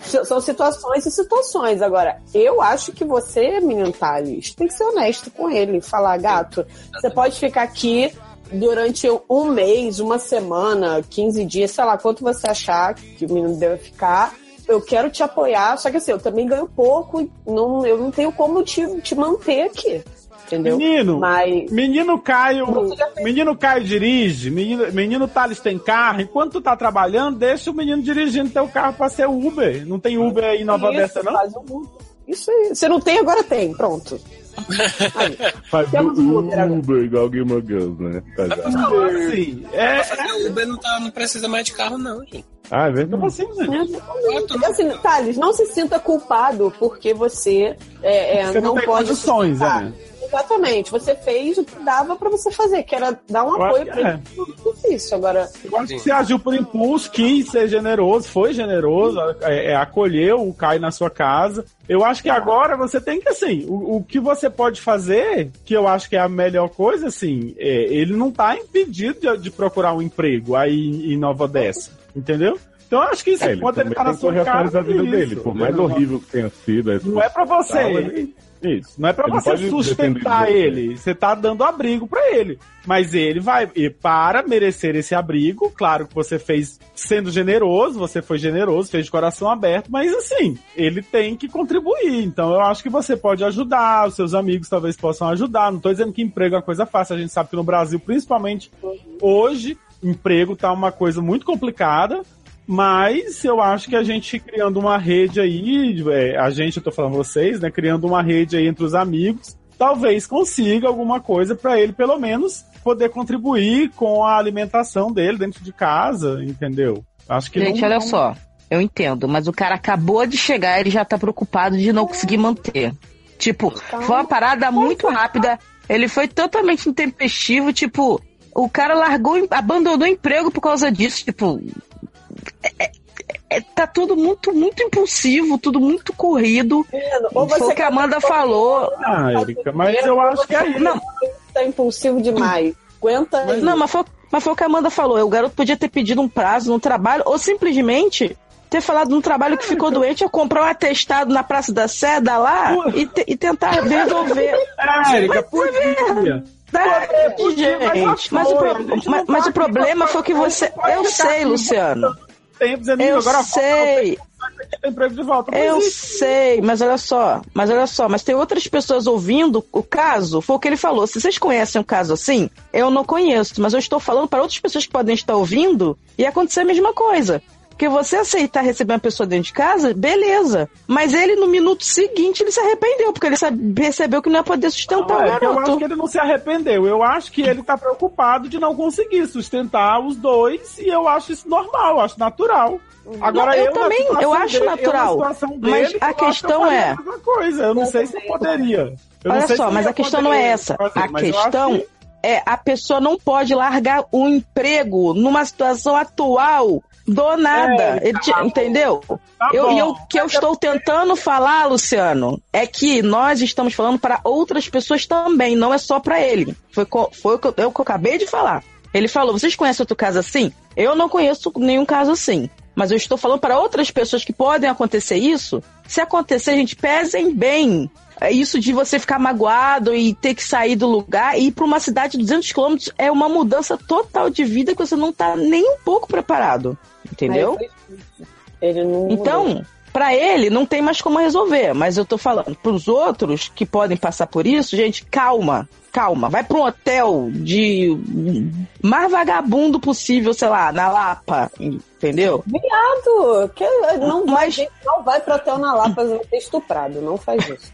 Speaker 7: S- São situações e situações. Agora, eu acho que você, menino Thales, tem que ser honesto com ele. Falar, gato, você pode ficar aqui durante um mês, uma semana, 15 dias, sei lá, quanto você achar que o menino deve ficar. Eu quero te apoiar, só que assim, eu também ganho pouco, e não, eu não tenho como te, te manter aqui. Entendeu?
Speaker 6: Menino,
Speaker 7: Mas.
Speaker 6: menino Caio.
Speaker 7: Você já fez-
Speaker 6: Menino Caio dirige, menino, menino Thales tem carro. Enquanto tu tá trabalhando, deixa o menino dirigindo teu carro pra ser Uber. Não tem Uber aí em Nova Odessa,
Speaker 7: isso,
Speaker 6: não?
Speaker 7: faz um mundo. Isso aí. Você não tem, agora tem. Pronto. Aí.
Speaker 3: Faz
Speaker 7: Temos
Speaker 6: um
Speaker 3: o
Speaker 7: Uber agora.
Speaker 3: Uber igual Game of Guns, né? Tá já.
Speaker 6: Como assim? É,
Speaker 4: Fazer Uber não, tá- não precisa mais de carro, não, gente.
Speaker 3: Ah, é verdade.
Speaker 6: como assim, gente?
Speaker 7: Então, Assim, Thales, não se sinta culpado porque você, é, é,
Speaker 6: Você não
Speaker 7: não,
Speaker 6: tem
Speaker 7: pode.
Speaker 6: condições,
Speaker 7: sustentar.
Speaker 6: né?
Speaker 7: Exatamente. Você fez o que dava pra você fazer, que era dar um
Speaker 6: Eu
Speaker 7: apoio
Speaker 6: acho- é.
Speaker 7: pra ele. Muito difícil. Agora,
Speaker 6: Eu acho que você agiu por impulso, quis ser generoso, foi generoso, é, é, acolheu o Caio na sua casa. Eu acho que agora você tem que, assim, o, o que você pode fazer, que eu acho que é a melhor coisa, assim, é, ele não tá impedido de, de procurar um emprego aí em Nova Odessa, entendeu? Então eu acho que isso,
Speaker 3: É, ele
Speaker 6: enquanto
Speaker 3: também
Speaker 6: ele tá
Speaker 3: tem
Speaker 6: na
Speaker 3: que
Speaker 6: sua
Speaker 3: correr
Speaker 6: casa,
Speaker 3: atrás da vida
Speaker 6: isso.
Speaker 3: dele. Por mais
Speaker 6: Não- é
Speaker 3: horrível que tenha sido, é
Speaker 6: Não é pra você.
Speaker 3: Ele-
Speaker 6: Isso. Não é pra
Speaker 3: Ele
Speaker 6: você
Speaker 3: pode
Speaker 6: sustentar
Speaker 3: depender de
Speaker 6: ele. Você tá dando abrigo pra ele. Mas ele vai. E para merecer esse abrigo, claro que você fez sendo generoso, você foi generoso, fez de coração aberto, mas assim, ele tem que contribuir. Então eu acho que você pode ajudar, os seus amigos talvez possam ajudar. Não tô dizendo que emprego é uma coisa fácil. A gente sabe que no Brasil, principalmente hoje, emprego tá uma coisa muito complicada. Mas eu acho que a gente criando uma rede aí, é, a gente, eu tô falando vocês, né? Criando uma rede aí entre os amigos, talvez consiga alguma coisa pra ele, pelo menos, poder contribuir com a alimentação dele dentro de casa, entendeu? Acho que
Speaker 5: Gente,
Speaker 6: não- um
Speaker 5: olha só. Eu entendo, mas o cara acabou de chegar, ele já tá preocupado de não conseguir
Speaker 6: É.
Speaker 5: manter. Tipo,
Speaker 6: Então,
Speaker 5: foi uma parada muito rápida. Ele foi totalmente intempestivo, tipo, o cara largou, abandonou o emprego por causa disso, tipo. é- é- é- tá tudo muito, muito impulsivo, tudo muito corrido.
Speaker 7: menino, ou
Speaker 5: Foi
Speaker 7: você
Speaker 5: o que a Amanda falou.
Speaker 6: Ah, Erika, mas eu acho que é isso.
Speaker 5: Não,
Speaker 7: tá impulsivo demais. Aguenta aí.
Speaker 5: Não, mas foi, mas foi o que a Amanda falou. O garoto podia ter pedido um prazo no trabalho, ou simplesmente ter falado no trabalho que ficou doente, ou comprar um atestado na Praça da Seda lá e, te- e tentar resolver.
Speaker 6: Ah, Erika, podia.
Speaker 5: Tá,
Speaker 6: podia, mas
Speaker 5: gente, mas o,
Speaker 6: foi.
Speaker 5: pro-
Speaker 6: A gente não
Speaker 5: mas-
Speaker 6: tá
Speaker 5: mas o
Speaker 6: aqui
Speaker 5: problema
Speaker 6: pra-
Speaker 5: foi que você.
Speaker 6: pra
Speaker 5: Eu
Speaker 6: ficar
Speaker 5: sei,
Speaker 6: aqui.
Speaker 5: Luciano.
Speaker 6: Tempo dizendo,
Speaker 5: Eu
Speaker 6: agora volta,
Speaker 5: sei.
Speaker 6: eu tenho emprego de volta. Mas
Speaker 5: Eu
Speaker 6: isso-
Speaker 5: sei, mas olha só, mas olha só, mas tem outras pessoas ouvindo o caso, foi o que ele falou. Se vocês conhecem um caso assim, eu não conheço, mas eu estou falando para outras pessoas que podem estar ouvindo e acontecer a mesma coisa. Porque você aceitar receber uma pessoa dentro de casa, beleza. Mas ele, no minuto seguinte, ele se arrependeu, porque ele sabe- percebeu que não ia poder sustentar
Speaker 6: Não, é,
Speaker 5: o
Speaker 6: eu acho que
Speaker 5: garoto.
Speaker 6: ele não se arrependeu. Eu acho que ele tá preocupado de não conseguir sustentar os dois e eu acho isso normal, eu acho natural. Agora
Speaker 5: Não, eu
Speaker 6: eu na
Speaker 5: também, eu
Speaker 6: situação
Speaker 5: acho
Speaker 6: dele- eu na
Speaker 5: natural.
Speaker 6: situação
Speaker 5: Mas
Speaker 6: dele,
Speaker 5: a
Speaker 6: eu acho que eu
Speaker 5: questão
Speaker 6: faria
Speaker 5: é-
Speaker 6: a mesma coisa. Eu não sei se eu poderia. Eu não
Speaker 5: Olha
Speaker 6: sei se
Speaker 5: só,
Speaker 6: eu
Speaker 5: mas
Speaker 6: ia
Speaker 5: a questão não é
Speaker 6: poder
Speaker 5: essa.
Speaker 6: fazer,
Speaker 5: a
Speaker 6: mas eu acho
Speaker 5: questão
Speaker 6: que-
Speaker 5: é a pessoa não pode largar o emprego numa situação atual do nada.
Speaker 6: É,
Speaker 5: Ele ti- entendeu?
Speaker 6: Tá
Speaker 5: eu,
Speaker 6: bom.
Speaker 5: e eu- o que eu estou tentando falar, Luciano, é que nós estamos falando para outras pessoas também, não é só para ele. Foi, co- foi o que eu- é o que eu acabei de falar. Ele falou: vocês conhecem outro caso assim? Eu não conheço nenhum caso assim. Mas eu estou falando para outras pessoas que podem acontecer isso. Se acontecer, gente, pesem bem. É Isso de você ficar magoado e ter que sair do lugar e ir para uma cidade de 200 quilômetros é uma mudança total de vida que você não tá nem um pouco preparado. Entendeu?
Speaker 7: Ele não mudou.
Speaker 5: Então, Pra ele, não tem mais como resolver. Mas eu tô falando pros outros que podem passar por isso, gente, calma. Calma, vai pra um hotel de mais vagabundo possível, sei lá, na Lapa, entendeu?
Speaker 7: Viado! Que não, vai,
Speaker 5: Mas-
Speaker 7: gente, não vai pro hotel na Lapa, você vai ser estuprado. Não faz isso.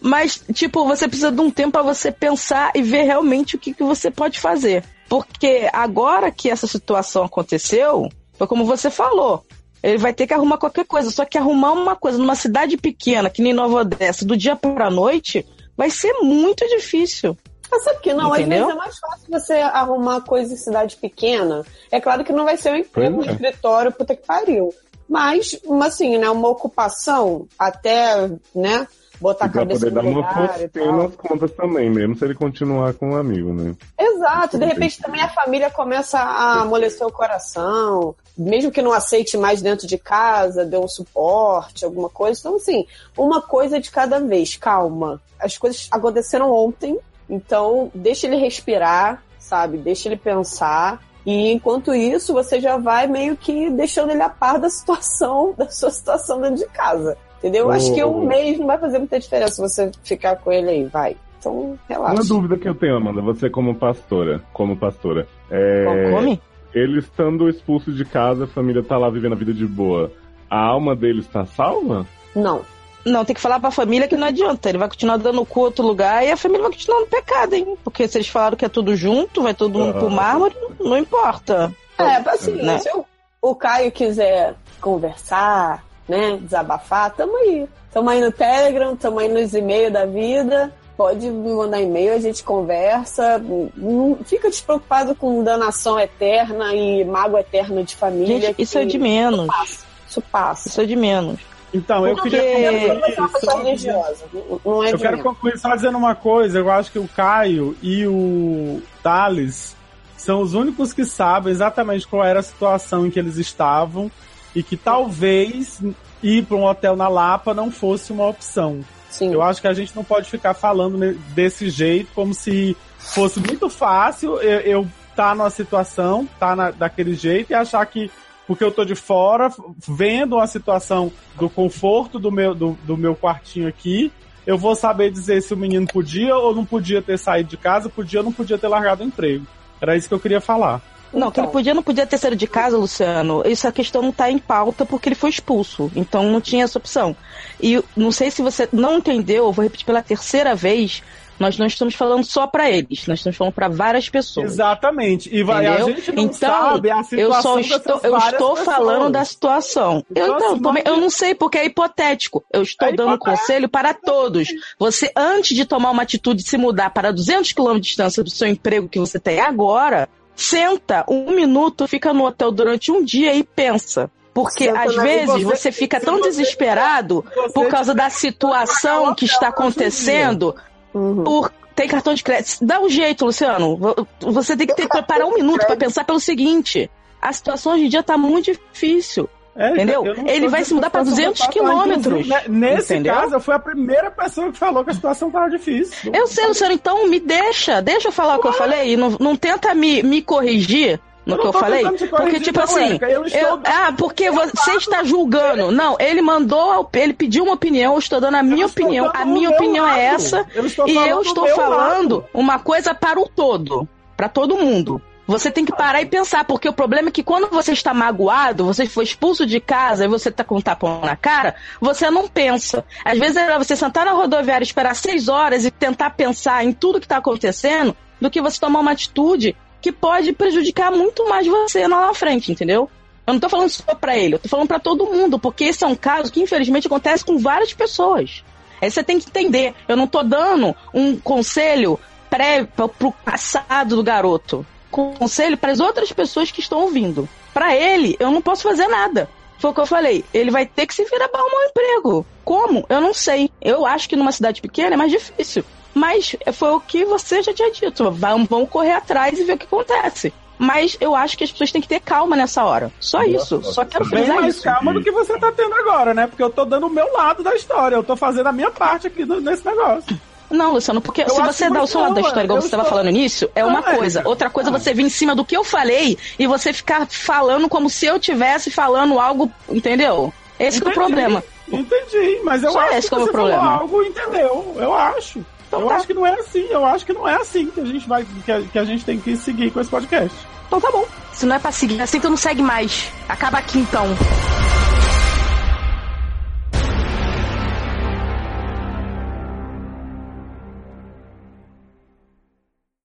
Speaker 5: Mas, tipo, você precisa de um tempo pra você pensar e ver realmente o que, que você pode fazer. Porque agora que essa situação aconteceu, foi como você falou. Ele vai ter que arrumar qualquer coisa. Só que arrumar uma coisa numa cidade pequena, que nem Nova Odessa, do dia pra noite, vai ser muito difícil.
Speaker 7: Mas Ah, sabe que não?
Speaker 5: Entendeu?
Speaker 7: Às vezes é mais fácil você arrumar coisa em cidade pequena. É claro que não vai ser um emprego, um
Speaker 3: Pois é.
Speaker 7: escritório, puta que pariu. Mas, uma, assim, né, uma ocupação até, né, botar a
Speaker 3: E pra
Speaker 7: cabeça
Speaker 3: poder
Speaker 7: no
Speaker 3: dar uma
Speaker 7: lugar e
Speaker 3: postinha
Speaker 7: tal.
Speaker 3: nas contas também, mesmo se ele continuar com o amigo, né?
Speaker 7: Exato, de repente também a família começa a amolecer o coração, mesmo que não aceite mais dentro de casa, dê um suporte, alguma coisa. Então, assim, uma coisa de cada vez, calma. As coisas aconteceram ontem, então deixa ele respirar, sabe? Deixa ele pensar. E enquanto isso, você já vai meio que deixando ele a par da situação, [laughs] da sua situação dentro de casa. Entendeu? Acho que
Speaker 3: Oh.
Speaker 7: um mês não vai fazer muita diferença você ficar com ele aí, vai. Então, relaxa.
Speaker 3: Uma dúvida que eu tenho, Amanda, você como pastora, como pastora,
Speaker 5: Bom,
Speaker 3: é,
Speaker 5: Come?
Speaker 3: ele estando expulso de casa, a família tá lá vivendo a vida de boa, a alma dele está salva?
Speaker 7: Não.
Speaker 5: Não, tem que falar pra família que não adianta. Ele vai continuar dando cu a outro lugar e a família vai continuar no pecado, hein? Porque se eles falaram que é tudo junto, vai todo mundo pro
Speaker 3: Ah.
Speaker 5: mármore, não importa.
Speaker 7: É, assim,
Speaker 5: Né?
Speaker 7: se o, o Caio quiser conversar, né, desabafar, tamo aí. Tamo aí no Telegram, tamo aí nos e-mails da vida. Pode me mandar e-mail, a gente conversa. Não fica despreocupado com danação eterna e mago eterno de família.
Speaker 5: Gente, isso
Speaker 7: que
Speaker 5: é de menos.
Speaker 7: Passa, isso passa.
Speaker 5: Isso é de menos.
Speaker 6: Então, eu
Speaker 5: Porque-
Speaker 6: queria
Speaker 7: Eu
Speaker 6: concluir
Speaker 7: sou uma pessoa
Speaker 6: só-
Speaker 7: é religiosa, não é
Speaker 6: Eu
Speaker 7: de
Speaker 6: quero
Speaker 7: menos.
Speaker 6: concluir só dizendo uma coisa. Eu acho que o Caio e o Thales são os únicos que sabem exatamente qual era a situação em que eles estavam e que talvez ir para um hotel na Lapa não fosse uma opção.
Speaker 7: Sim.
Speaker 6: Eu acho que a gente não pode ficar falando ne- desse jeito, como se fosse muito fácil eu, eu tá numa situação, tá na- daquele jeito e achar que porque eu tô de fora, f- vendo uma situação do conforto do meu, do, do meu quartinho aqui, eu vou saber dizer se o menino podia ou não podia ter saído de casa, podia ou não podia ter largado o emprego. Era isso que eu queria falar.
Speaker 5: Não, que ele podia não podia ter saído de casa, Luciano. Isso a questão não tá em pauta porque ele foi expulso. Então não tinha essa opção. E não sei se você não entendeu, eu vou repetir pela terceira vez, nós não estamos falando só pra eles, nós estamos falando pra várias pessoas.
Speaker 6: Exatamente. E vai, a
Speaker 5: Entendeu?
Speaker 6: gente não
Speaker 5: Então,
Speaker 6: sabe a situação
Speaker 5: Eu só
Speaker 6: dessas
Speaker 5: estou, eu
Speaker 6: várias
Speaker 5: estou
Speaker 6: pessoas.
Speaker 5: falando da situação. Eu,
Speaker 6: Então,
Speaker 5: não,
Speaker 6: assim,
Speaker 5: também-
Speaker 6: não-
Speaker 5: eu não sei porque é hipotético. Eu estou
Speaker 6: É
Speaker 5: dando
Speaker 6: hipotético.
Speaker 5: conselho para todos. Você, antes de tomar uma atitude de se mudar para 200 quilômetros de distância do seu emprego que você tem agora, senta um minuto, fica no hotel durante um dia e pensa. Porque
Speaker 6: Senta
Speaker 5: às
Speaker 6: na- e
Speaker 5: vezes
Speaker 6: você-
Speaker 5: você fica
Speaker 6: se
Speaker 5: tão
Speaker 6: você-
Speaker 5: desesperado
Speaker 6: Você
Speaker 5: por causa da situação que está acontecendo
Speaker 7: Uhum.
Speaker 5: por- tem cartão de crédito. Dá um jeito, Luciano. Vo- Você tem que ter, parar um minuto pra pensar pelo seguinte. A situação hoje em dia tá muito difícil.
Speaker 6: É,
Speaker 5: Entendeu?
Speaker 6: eu não
Speaker 5: Ele
Speaker 6: tô
Speaker 5: vai
Speaker 6: dizendo
Speaker 5: se mudar
Speaker 6: que
Speaker 5: pra
Speaker 6: a situação
Speaker 5: 200
Speaker 6: tá fácil,
Speaker 5: quilômetros,
Speaker 6: inclusive, né, Nesse
Speaker 5: entendeu?
Speaker 6: caso, eu fui a primeira pessoa que falou que a situação tava difícil.
Speaker 5: Eu sei, Luciano, então me deixa. Deixa eu falar o que eu falei. e Não, não tenta me, me corrigir no
Speaker 6: não
Speaker 5: que eu
Speaker 6: tô
Speaker 5: falei.
Speaker 6: tentando te
Speaker 5: Porque,
Speaker 6: corrigir,
Speaker 5: tipo
Speaker 6: não,
Speaker 5: assim.
Speaker 6: Érica, eu estou
Speaker 5: eu- ah, porque você está julgando. Não, ele mandou, a op- ele pediu uma opinião, eu estou dando a minha
Speaker 6: Eu estou
Speaker 5: opinião. A
Speaker 6: dando o
Speaker 5: minha
Speaker 6: meu
Speaker 5: opinião
Speaker 6: lado.
Speaker 5: é essa.
Speaker 6: estou
Speaker 5: E
Speaker 6: falando
Speaker 5: eu
Speaker 6: do
Speaker 5: estou
Speaker 6: meu
Speaker 5: falando
Speaker 6: lado.
Speaker 5: uma coisa para o todo, para todo mundo. Você tem que parar e pensar, porque o problema é que quando você está magoado, você foi expulso de casa e você tá com um tapão na cara, você não pensa. Às vezes é melhor você sentar na rodoviária, esperar seis horas e tentar pensar em tudo que está acontecendo, do que você tomar uma atitude que pode prejudicar muito mais você lá na frente, entendeu? Eu não tô falando só pra ele, eu tô falando pra todo mundo, porque esse é um caso que infelizmente acontece com várias pessoas. Aí você tem que entender. Eu não tô dando um conselho pré pra- pro passado do garoto. Conselho para as outras pessoas que estão ouvindo. Pra ele, eu não posso fazer nada. Foi o que eu falei. Ele vai ter que se virar para arrumar um emprego. Como? Eu não sei. Eu acho que numa cidade pequena é mais difícil. Mas foi o que você já tinha dito. Vamos, vamos correr atrás e ver o que acontece. Mas eu acho que as pessoas têm que ter calma nessa hora. Só isso. Só quero
Speaker 6: Bem
Speaker 5: frisar
Speaker 6: mais
Speaker 5: isso.
Speaker 6: calma do que você tá tendo agora, né? Porque eu tô dando o meu lado da história. Eu tô fazendo a minha parte aqui no- nesse negócio.
Speaker 5: Não, Luciano, porque
Speaker 6: Eu
Speaker 5: se
Speaker 6: acho
Speaker 5: você dá o
Speaker 6: muito
Speaker 5: seu lado da
Speaker 6: boa,
Speaker 5: história, igual
Speaker 6: eu
Speaker 5: você estava
Speaker 6: estou-
Speaker 5: falando no início, é uma
Speaker 6: Ah, é.
Speaker 5: coisa. Outra coisa é você vir em cima do que eu falei e você ficar falando como se eu tivesse falando algo, entendeu? Esse que é o
Speaker 6: Entendi.
Speaker 5: problema.
Speaker 6: Entendi, mas eu
Speaker 5: Só
Speaker 6: acho
Speaker 5: esse
Speaker 6: que
Speaker 5: que é o
Speaker 6: você
Speaker 5: meu problema. Então tá.
Speaker 6: falou algo, entendeu? Eu acho. eu acho que não é assim, eu acho que não é assim que a gente vai, que a, que a gente tem que seguir com esse podcast.
Speaker 5: É Então tá bom. Se não é pra seguir, assim tu não segue mais. Acaba aqui então.